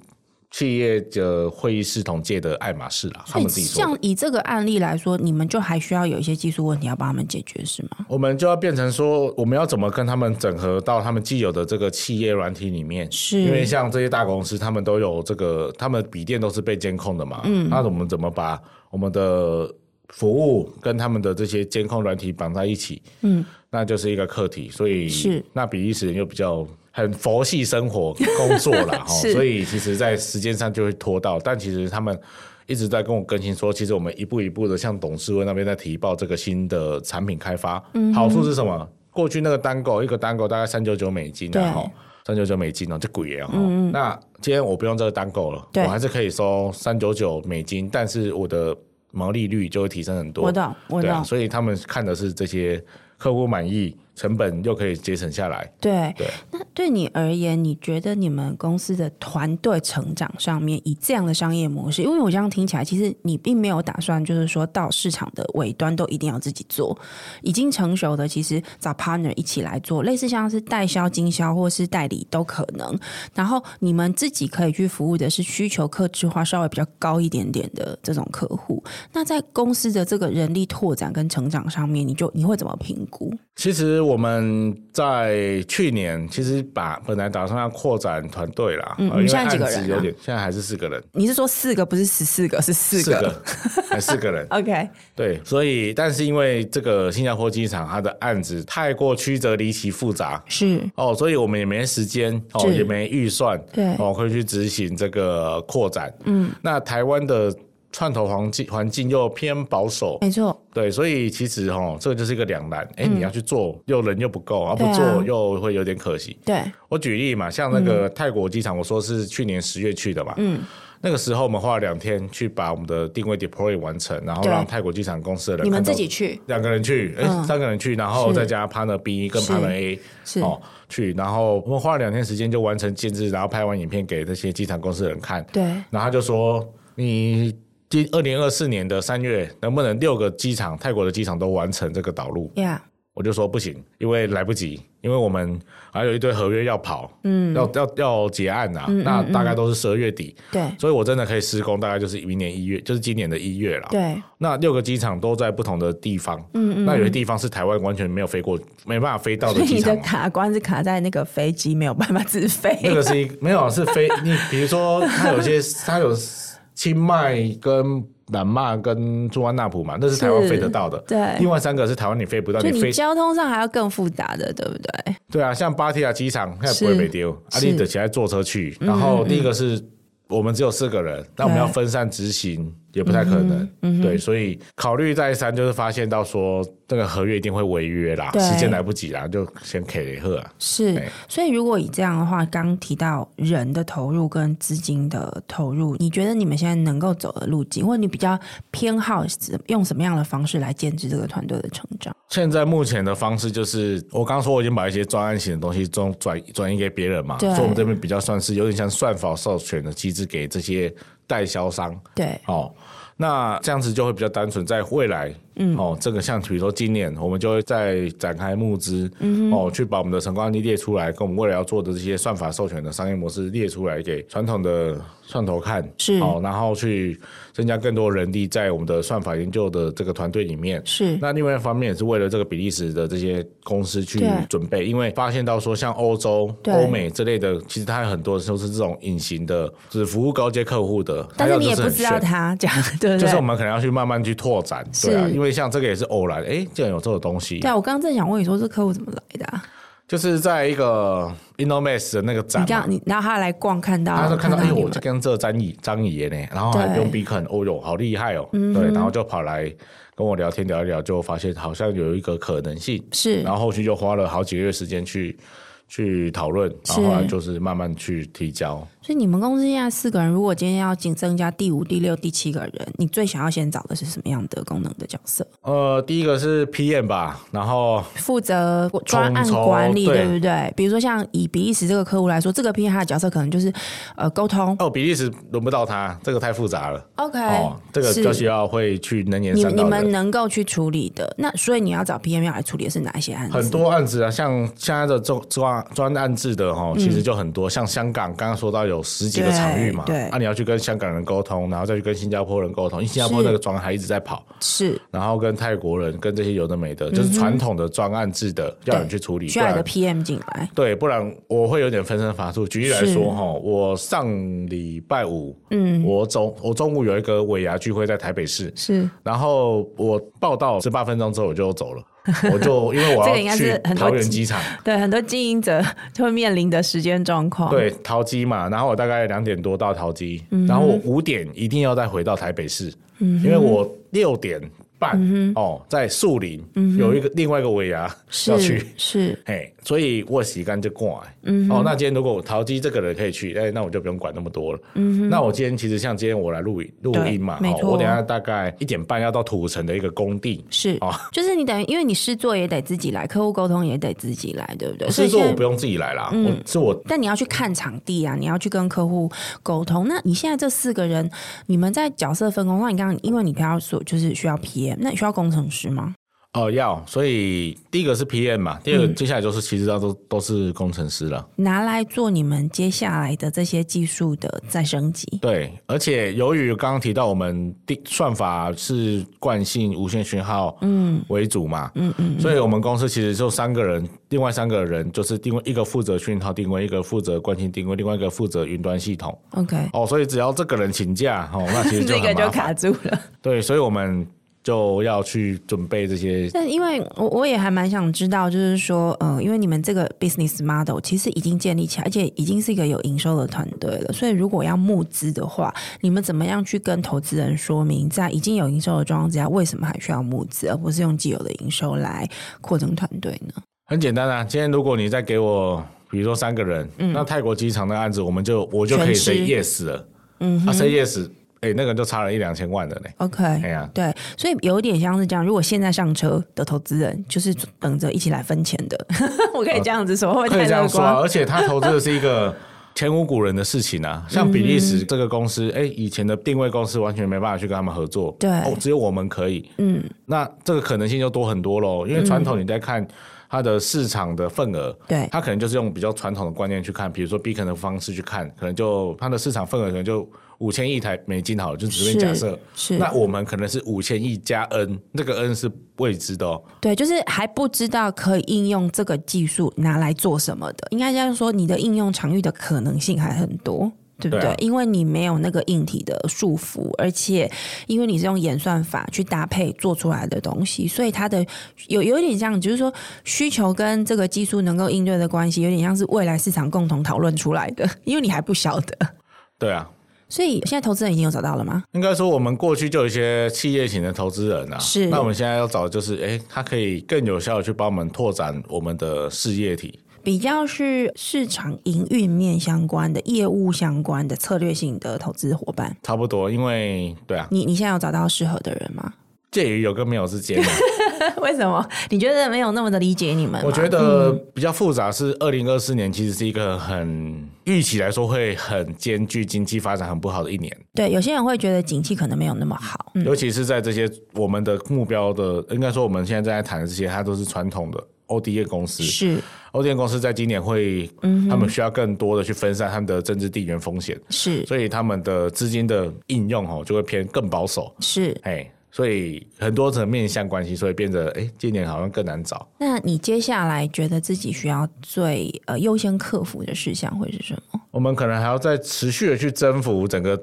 Speaker 2: 企业的会议系统界的爱马仕啦，他
Speaker 1: 所以
Speaker 2: 们自己说
Speaker 1: 像
Speaker 2: 的。
Speaker 1: 以这个案例来说，你们就还需要有一些技术问题要帮他们解决，是吗？
Speaker 2: 我们就要变成说，我们要怎么跟他们整合到他们既有的这个企业软体里面，
Speaker 1: 是
Speaker 2: 因为像这些大公司，他们都有这个，他们笔电都是被监控的嘛。嗯，那我们怎么把我们的服务跟他们的这些监控软体绑在一起？嗯，那就是一个课题。所以
Speaker 1: 是
Speaker 2: 那比利时人又比较很佛系生活工作啦，哈，
Speaker 1: 是
Speaker 2: 所以其实在时间上就会拖到，但其实他们。一直在跟我更新说，其实我们一步一步的向董事会那边在提报这个新的产品开发。嗯，好处是什么？过去那个单购一个单购大概三九九美金
Speaker 1: 对嗯
Speaker 2: 啊，哈，三九九美金哦，这贵耶哈。那今天我不用这个单购了，
Speaker 1: 对
Speaker 2: 我还是可以收三九九美金，但是我的毛利率就会提升很多。
Speaker 1: 我懂，我
Speaker 2: 对
Speaker 1: 懂。
Speaker 2: 啊，所以他们看的是这些客户满意，成本又可以节省下来。
Speaker 1: 对，
Speaker 2: 对
Speaker 1: 那对你而言，你觉得你们公司的团队成长上面，以这样的商业模式，因为我这样听起来，其实你并没有打算就是说到市场的尾端都一定要自己做，已经成熟的，其实找 partner 一起来做，类似像是代销、经销或是代理都可能。然后你们自己可以去服务的是需求客制化稍微比较高一点点的这种客户。那在公司的这个人力拓展跟成长上面，你就你会怎么评估？
Speaker 2: 其实我们在去年其实把本来打算要扩展团队啦，
Speaker 1: 嗯
Speaker 2: 呃
Speaker 1: 你
Speaker 2: 因为
Speaker 1: 现在几个
Speaker 2: 案子
Speaker 1: 人啊
Speaker 2: 有点，现在还是四个人，
Speaker 1: 你是说四个不是十四个，是四个。
Speaker 2: 四个还四个人。
Speaker 1: OK，
Speaker 2: 对，所以但是因为这个新加坡机场它的案子太过曲折离奇复杂。
Speaker 1: 是
Speaker 2: 哦，所以我们也没时间哦，
Speaker 1: 是
Speaker 2: 也没预算，
Speaker 1: 对
Speaker 2: 哦，可以去执行这个扩展。嗯，那台湾的串头环境环境又偏保守，
Speaker 1: 没错，
Speaker 2: 对，所以其实哦，这个就是一个两难。哎、你要去做，又人又不够，而、
Speaker 1: 嗯对啊嗯
Speaker 2: 不做又会有点可惜。
Speaker 1: 对，
Speaker 2: 我举例嘛，像那个泰国机场，我说是去年十月去的嘛，嗯，那个时候我们花了两天去把我们的定位 deploy 完成，然后
Speaker 1: 对
Speaker 2: 让泰国机场公司的人
Speaker 1: 你们
Speaker 2: 看到
Speaker 1: 自己去
Speaker 2: 两个人去，哎、
Speaker 1: 嗯
Speaker 2: 三个人去，然后
Speaker 1: 是
Speaker 2: 再加 partner B 跟
Speaker 1: 是
Speaker 2: partner A
Speaker 1: 是
Speaker 2: 哦去，然后我们花了两天时间就完成建制，然后拍完影片给这些机场公司的人看，
Speaker 1: 对，
Speaker 2: 然后他就说你。今二零二四年的三月，能不能六个机场，泰国的机场都完成这个导入？
Speaker 1: 呀、
Speaker 2: 我就说不行，因为来不及，因为我们还有一堆合约要跑，嗯，要要要结案呐、啊，那大概都是十二月底，
Speaker 1: 嗯对
Speaker 2: 所以我真的可以施工，大概就是明年一月，就是今年的一月啦。
Speaker 1: 对，
Speaker 2: 那六个机场都在不同的地方，嗯嗯，那有些地方是台湾完全没有飞过，没办法飞到
Speaker 1: 所
Speaker 2: 的
Speaker 1: 以
Speaker 2: 机
Speaker 1: 你的
Speaker 2: 场。
Speaker 1: 卡关是卡在那个飞机没有办法自飞，
Speaker 2: 那个是一没有是飞，你比如说它有些它有清迈跟南骂跟朱安纳普嘛，那是台湾
Speaker 1: 是
Speaker 2: 飞得到的。
Speaker 1: 对
Speaker 2: 另外三个是台湾你飞不到，
Speaker 1: 就
Speaker 2: 你
Speaker 1: 你
Speaker 2: 飞
Speaker 1: 交通上还要更复杂的，对不对？
Speaker 2: 对啊，像芭提雅机场它也不会
Speaker 1: 是
Speaker 2: 被丢，阿
Speaker 1: 是嗯
Speaker 2: 丽得起来坐车去。然后第一个是我们只有四个人，那我们要分散执行也不太可
Speaker 1: 嗯
Speaker 2: 能。对，所以考虑再三，就是发现到说这个合约一定会违约啦，
Speaker 1: 对
Speaker 2: 时间来不及啦，就先 K 雷赫啊。
Speaker 1: 是
Speaker 2: 对，
Speaker 1: 所以如果以这样的话，刚提到人的投入跟资金的投入，你觉得你们现在能够走的路径，或者你比较偏好怎用什么样的方式来建制这个团队的成长？
Speaker 2: 现在目前的方式就是，我刚说我已经把一些专案型的东西转转转移给别人嘛，
Speaker 1: 对
Speaker 2: 所以我们这边比较算是有点像算法授权的机制给这些代销商。
Speaker 1: 对，
Speaker 2: 哦，那这样子就会比较单纯，在未来，嗯，哦，这个像比如说今年，我们就会再展开募资，嗯，哦，去把我们的成功案例列出来，跟我们未来要做的这些算法授权的商业模式列出来给传统的蒜头看，
Speaker 1: 是
Speaker 2: 哦，然后去增加更多人力在我们的算法研究的这个团队里面，
Speaker 1: 是
Speaker 2: 那另外一方面也是为了这个比利时的这些公司去
Speaker 1: 对
Speaker 2: 准备，因为发现到说像欧洲、
Speaker 1: 对
Speaker 2: 欧美之类的，其实它很多都是这种隐形的，就是服务高阶客户的，
Speaker 1: 但
Speaker 2: 还
Speaker 1: 是
Speaker 2: 有
Speaker 1: 你
Speaker 2: 就
Speaker 1: 也不
Speaker 2: 很
Speaker 1: 知道
Speaker 2: 炫
Speaker 1: 他 这样，对不对？
Speaker 2: 就是我们可能要去慢慢去拓展，对啊，
Speaker 1: 是
Speaker 2: 因为像这个也是偶然，哎，竟然有这个东西
Speaker 1: 对，啊，我刚刚正想问你说，这客户怎么来的、啊？
Speaker 2: 就是在一个 InnoMax 的啊那个展
Speaker 1: 你
Speaker 2: 嘛
Speaker 1: 刚，你然后他来逛，啊看到
Speaker 2: 他就看到哎，
Speaker 1: 你
Speaker 2: 我
Speaker 1: 们
Speaker 2: 就跟这张仪张爷呢，然后还
Speaker 1: 对嗯
Speaker 2: 用 B 肯，哦哟，好厉害哦，对，然后就跑来跟我聊天聊一聊，就发现好像有一个可能性，
Speaker 1: 是
Speaker 2: 然后后续就花了好几个月时间去去讨论，然
Speaker 1: 是
Speaker 2: 后后来就是慢慢去提交。
Speaker 1: 所以你们公司现在四个人，如果今天要仅增加第五、第六、第七个人，你最想要先找的是什么样的功能的角色？
Speaker 2: 呃，第一个是 PM 吧，然后
Speaker 1: 负责专案
Speaker 2: 统筹
Speaker 1: 管理，
Speaker 2: 对
Speaker 1: 对不对？比如说像以比利时这个客户来说，这个 P 他的角色可能就是呃沟通。
Speaker 2: 哦，比利时轮不到他，这个太复杂了。
Speaker 1: OK，、
Speaker 2: 哦，这个
Speaker 1: 哎是
Speaker 2: 就需要会去能言
Speaker 1: 你
Speaker 2: 善
Speaker 1: 你
Speaker 2: 道
Speaker 1: 们
Speaker 2: 的。
Speaker 1: 能够去处理的。那所以你要找 PM 要来处理的是哪一些案子？
Speaker 2: 很多案子啊，像现在的专专专案制的
Speaker 1: 嗯
Speaker 2: 哈，其实就很多。像香港刚刚说到有十几个场域嘛，
Speaker 1: 对对
Speaker 2: 啊，你要去跟香港人沟通，然后再去跟新加坡人沟通，因为新加坡那个专案还一直在跑，
Speaker 1: 是嗯
Speaker 2: 然后跟泰国人、跟这些有的没的，就是传统的专案制的，要你去处理，
Speaker 1: 需
Speaker 2: 不
Speaker 1: 要有
Speaker 2: 然
Speaker 1: 个 PM 进来。
Speaker 2: 对，不然我会有点分身乏术。举例来
Speaker 1: 是
Speaker 2: 说，哈，我上礼拜五，嗯，我中我中午有一个尾牙聚会在台北市，
Speaker 1: 是
Speaker 2: 然后我报到十八分钟之后我就走了，我就因为 我
Speaker 1: 这个应该
Speaker 2: 要
Speaker 1: 是
Speaker 2: 去
Speaker 1: 很多
Speaker 2: 桃园
Speaker 1: 集
Speaker 2: 机场，
Speaker 1: 对很多经营者 就会面临的时间状况。，
Speaker 2: 对桃机嘛，然后我大概两点多到桃机，
Speaker 1: 嗯
Speaker 2: 然后我五点一定要再回到台北市，因为我六点半、
Speaker 1: 嗯
Speaker 2: 哦在树林、有一个另外一个尾牙要去
Speaker 1: 是。是
Speaker 2: 嘿，所以我洗干就过来。
Speaker 1: 嗯
Speaker 2: 哦，那今天如果淘机这个人可以去，哎，那我就不用管那么多了。那我今天其实像今天我来录影录
Speaker 1: 嗯对
Speaker 2: 音嘛，
Speaker 1: 没
Speaker 2: 哦
Speaker 1: 错
Speaker 2: 我等一下大概一点半要到土城的一个工地。
Speaker 1: 是
Speaker 2: 哦，
Speaker 1: 就是你等于因为你试做也得自己来，客户沟通也得自己来，对不对？所
Speaker 2: 是
Speaker 1: 以
Speaker 2: 说
Speaker 1: 现
Speaker 2: 我
Speaker 1: 在嗯
Speaker 2: 不用自己来啦，我是我
Speaker 1: 但你要去看场地啊，你要去跟客户沟通。那你现在这四个人，你们在角色分工上，你刚刚因为你刚刚说就是需要 PM，那你需要工程师吗？
Speaker 2: 哦要，所以第一个是 PM 嘛，第二个接下来就是其实都都是工程师了。
Speaker 1: 拿来做你们接下来的这些技术的再升级。
Speaker 2: 对，而且由于刚刚提到我们第算法是惯性无线讯号嗯为主嘛，嗯嗯，所以我们公司其实就三个人，另外三个人就是定位一个负责讯号定位，一个负责惯性定位，另外一个负责云端系统。
Speaker 1: OK，
Speaker 2: 哦，所以只要这个人请假，哦， 那其实就
Speaker 1: 这个
Speaker 2: 很
Speaker 1: 就
Speaker 2: 麻
Speaker 1: 卡
Speaker 2: 烦。
Speaker 1: 住了。
Speaker 2: 对，所以我们就要去准备这些。
Speaker 1: 但因为我我也还蛮想知道，就是说，呃，因为你们这个 business model 其实已经建立起来，而且已经是一个有营收的团队了。所以如果要募资的话，你们怎么样去跟投资人说明，在已经有营收的状况之下，为什么还需要募资，而不是用既有的营收来扩增团队呢？
Speaker 2: 很简单啊，今天如果你再给我，比如说三个人，那泰国机场的案子，我们就我就可以
Speaker 1: 嗯全吃
Speaker 2: say yes 了。嗯，啊 say yes，哎、那个就差了一两千万了呢。
Speaker 1: OK，、
Speaker 2: 哎呀
Speaker 1: 对，所以有点像是这样。如果现在上车的投资人，就是 等着一起来分钱的，我可以这样子说，会不会
Speaker 2: 呃可以
Speaker 1: 太
Speaker 2: 这
Speaker 1: 乐
Speaker 2: 样说、啊
Speaker 1: 观
Speaker 2: 啊，而且他投资的是一个前无古人的事情啊。像比利时这个公司，哎、以前的定位公司完全没办法去跟他们合作，
Speaker 1: 嗯对
Speaker 2: 哦，只有我们可以，嗯，那这个可能性就多很多喽。因为传统你在看它的市场的份额，
Speaker 1: 嗯对
Speaker 2: 它可能就是用比较传统的观念去看，比如说 B 可能方式去看，可能就它的市场份额可能就五千亿台美金好了，就随便假设。
Speaker 1: 是
Speaker 2: 那我们可能是五千亿加 N，那个 N 是未知的哦。
Speaker 1: 对，就是还不知道可以应用这个技术拿来做什么的，应该这样说，你的应用场域的可能性还很多。对不对？
Speaker 2: 对啊
Speaker 1: 因为你没有那个硬体的束缚，而且因为你是用演算法去搭配做出来的东西，所以它的有有一点像，就是说需求跟这个技术能够应对的关系，有点像是未来市场共同讨论出来的，因为你还不晓得。
Speaker 2: 对啊，
Speaker 1: 所以现在投资人已经有找到了吗？
Speaker 2: 应该说，我们过去就有一些企业型的投资人啊，
Speaker 1: 是
Speaker 2: 那我们现在要找的就是，哎、他可以更有效的去帮我们拓展我们的事业体。
Speaker 1: 比较是市场营运面相关的、业务相关的策略性的投资伙伴。
Speaker 2: 差不多，因为对啊，
Speaker 1: 你你现在有找到适合的人吗？
Speaker 2: 介于有跟没有之间嘛。
Speaker 1: 为什么？你觉得没有那么的理解你们吗？
Speaker 2: 我觉得
Speaker 1: 嗯
Speaker 2: 比较复杂是二零二四年，其实是一个很预期来说会很艰巨、经济发展很不好的一年，
Speaker 1: 对，有些人会觉得景气可能没有那么好。嗯，
Speaker 2: 尤其是在这些我们的目标的，应该说我们现在正在谈的这些，它都是传统的 ODA 公司。
Speaker 1: 是嗯
Speaker 2: ODA 公司在今年会，他们需要更多的去分散他们的政治地缘风险。
Speaker 1: 是
Speaker 2: 所以他们的资金的应用哦就会偏更保守，
Speaker 1: 是。
Speaker 2: 哎，所以很多层面向关系，所以变得哎，今年好像更难找。
Speaker 1: 那你接下来觉得自己需要最呃优先克服的事项会是什么？
Speaker 2: 我们可能还要再持续的去征服整个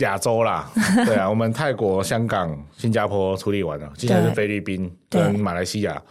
Speaker 2: 亚洲啦，对啊，我们泰国、香港、新加坡处理完了，接下来是菲律宾
Speaker 1: 对嗯
Speaker 2: 跟马来西亚。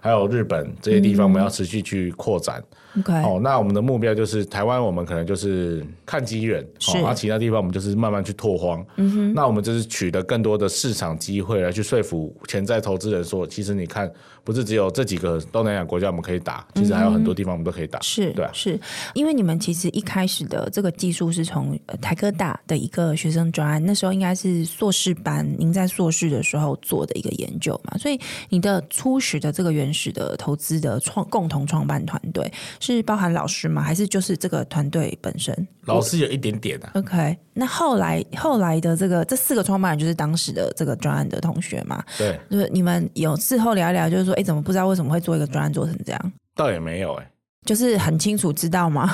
Speaker 2: 还有日本这些地方，我们要持续去扩展。
Speaker 1: OK，、
Speaker 2: 哦，那我们的目标就是台湾，我们可能就是看机缘，
Speaker 1: 是
Speaker 2: 哦，啊，其他地方我们就是慢慢去拓荒。嗯哼，那我们就是取得更多的市场机会来去说服潜在投资人说，其实你看，不是只有这几个东南亚国家我们可以打，其实还有很多地方我们都可以打。
Speaker 1: 嗯是，
Speaker 2: 对啊
Speaker 1: 是因为你们其实一开始的这个技术是从呃台科大的一个学生专案，那时候应该是硕士班，您在硕士的时候做的一个研究嘛，所以你的初始的这个原始的投资的创共同创办团队是包含老师吗？还是就是这个团队本身
Speaker 2: 老师有一点点啊，
Speaker 1: ？OK，那后来后来的这个这四个创办人就是当时的这个专案的同学嘛，
Speaker 2: 对，
Speaker 1: 就是你们有事后聊一聊，就是说，哎，怎么不知道为什么会做一个专案做成这样？
Speaker 2: 倒也没有哎、
Speaker 1: 就是很清楚知道吗？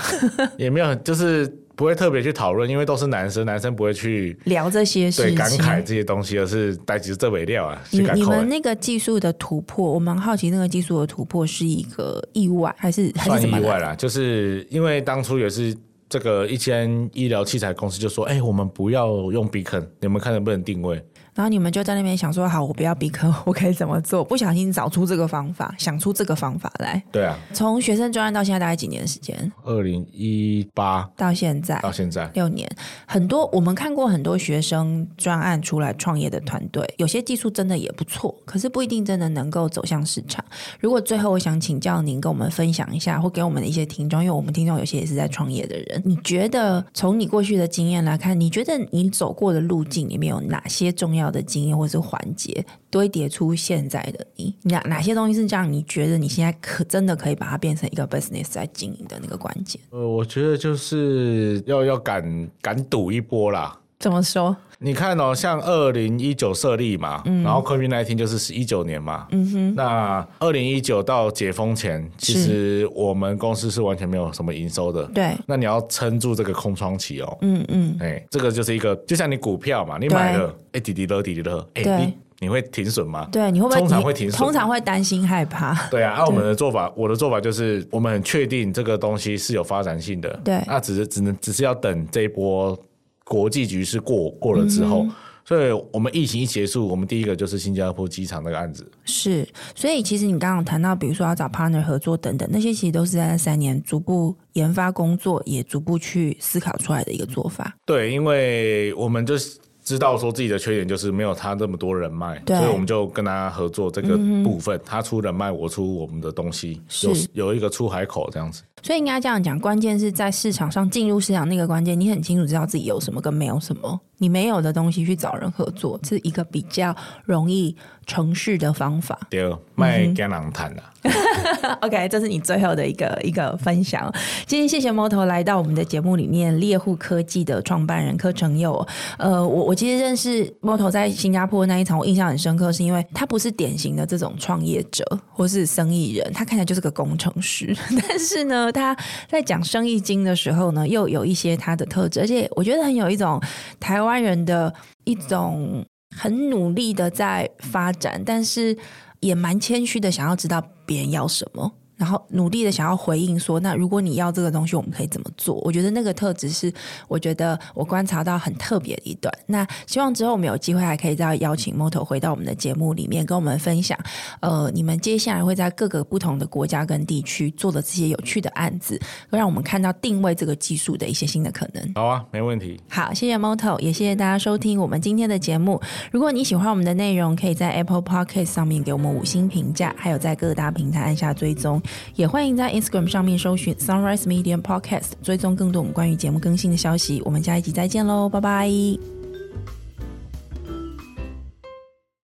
Speaker 2: 也没有很，就是不会特别去讨论，因为都是男生，男生不会去
Speaker 1: 聊这些事
Speaker 2: 对
Speaker 1: 情。
Speaker 2: 感慨这些东西，而是带起这尾料啊，
Speaker 1: 你
Speaker 2: 去感
Speaker 1: 你
Speaker 2: 慨
Speaker 1: 们那个技术的突破，我蛮好奇那个技术的突破是一个意外还是还是
Speaker 2: 算
Speaker 1: 怎么
Speaker 2: 意
Speaker 1: 来
Speaker 2: 外
Speaker 1: 的？
Speaker 2: 啦，就是因为当初也是这个一间医疗器材公司就说，哎、我们不要用 Beacon，你们看能不能定位？
Speaker 1: 然后你们就在那边想说，好，我不要比克，我可以怎么做？不小心找出这个方法，想出这个方法来。
Speaker 2: 对啊，
Speaker 1: 从学生专案到现在大概几年时间？
Speaker 2: 二零一八
Speaker 1: 到现在
Speaker 2: 到现在，
Speaker 1: 六年，很多我们看过很多学生专案出来创业的团队，有些技术真的也不错，可是不一定真的能够走向市场。如果最后我想请教您，跟我们分享一下，或给我们的一些听众，因为我们听众有些也是在创业的人，你觉得从你过去的经验来看，你觉得你走过的路径里面有哪些重要的经验或是环节堆叠出现在的你？哪哪些东西是这样？你觉得你现在可真的可以把它变成一个 business 在经营的那个关键？
Speaker 2: 呃，我觉得就是要要敢敢赌一波啦。
Speaker 1: 怎么说？
Speaker 2: 你看哦，像二零一九设立嘛，然后 COVID 1 9就是一九年嘛，嗯哼，那二零一九到解封前，其实我们公司是完全没有什么营收的，
Speaker 1: 对。
Speaker 2: 那你要撑住这个空窗期哦，
Speaker 1: 嗯嗯，
Speaker 2: 哎、这个就是一个，就像你股票嘛，你买了，哎，滴滴了，滴滴了，哎，
Speaker 1: 对
Speaker 2: 你你会停损吗？
Speaker 1: 对，你会不会
Speaker 2: 通常
Speaker 1: 你
Speaker 2: 会停损
Speaker 1: 通常会担心害怕。
Speaker 2: 对啊，按、我们的做法，我的做法就是，我们很确定这个东西是有发展性的，
Speaker 1: 对
Speaker 2: 那只是只能只是要等这一波国际局势过过了之
Speaker 1: 嗯
Speaker 2: 后。所以，我们疫情一结束，我们第一个就是新加坡机场那个案子。
Speaker 1: 是，所以其实你刚刚谈到，比如说要找 partner 合作等等，那些其实都是在那三年逐步研发工作，也逐步去思考出来的一个做法。
Speaker 2: 对，因为我们就是知道说自己的缺点就是没有他这么多人脉，
Speaker 1: 对嗯
Speaker 2: 所以我们就跟他合作这个部分，他出人脉，我出我们的东西，
Speaker 1: 是
Speaker 2: 有有一个出海口这样子。
Speaker 1: 所以应该这样讲，关键是在市场上进入市场那个关键，你很清楚知道自己有什么跟没有什么，你没有的东西去找人合作，是一个比较容易城市的方法。
Speaker 2: 对，
Speaker 1: 嗯
Speaker 2: 卖跟人谈啊 啦。
Speaker 1: OK，这是你最后的一个一个分享。今天谢谢猫头来到我们的节目里面，猎户科技的创办人柯成佑。呃，我我其实认识猫头在新加坡那一场，我印象很深刻，是因为他不是典型的这种创业者或是生意人，他看起来就是个工程师。 但是呢，他在讲生意经的时候呢，又有一些他的特质，而且我觉得很有一种台湾人的一种很努力的在发展，但是。也蛮谦虚的，想要知道别人要什么，然后努力的想要回应说，那如果你要这个东西，我们可以怎么做？我觉得那个特质是，我觉得我观察到很特别的一段。那希望之后我们有机会还可以再邀请 Moto 回到我们的节目里面，跟我们分享，呃，你们接下来会在各个不同的国家跟地区做的这些有趣的案子，让我们看到定位这个技术的一些新的可能。
Speaker 2: 好啊，没问题。
Speaker 1: 好，谢谢 Moto，也谢谢大家收听我们今天的节目。如果你喜欢我们的内容，可以在 Apple Podcast 上面给我们五星评价，还有在各大平台按下追踪。也欢迎在 Instagram 上面搜寻 Sunrise Media Podcast，追踪更多我们关于节目更新的消息。我们下一集再见喽，拜拜。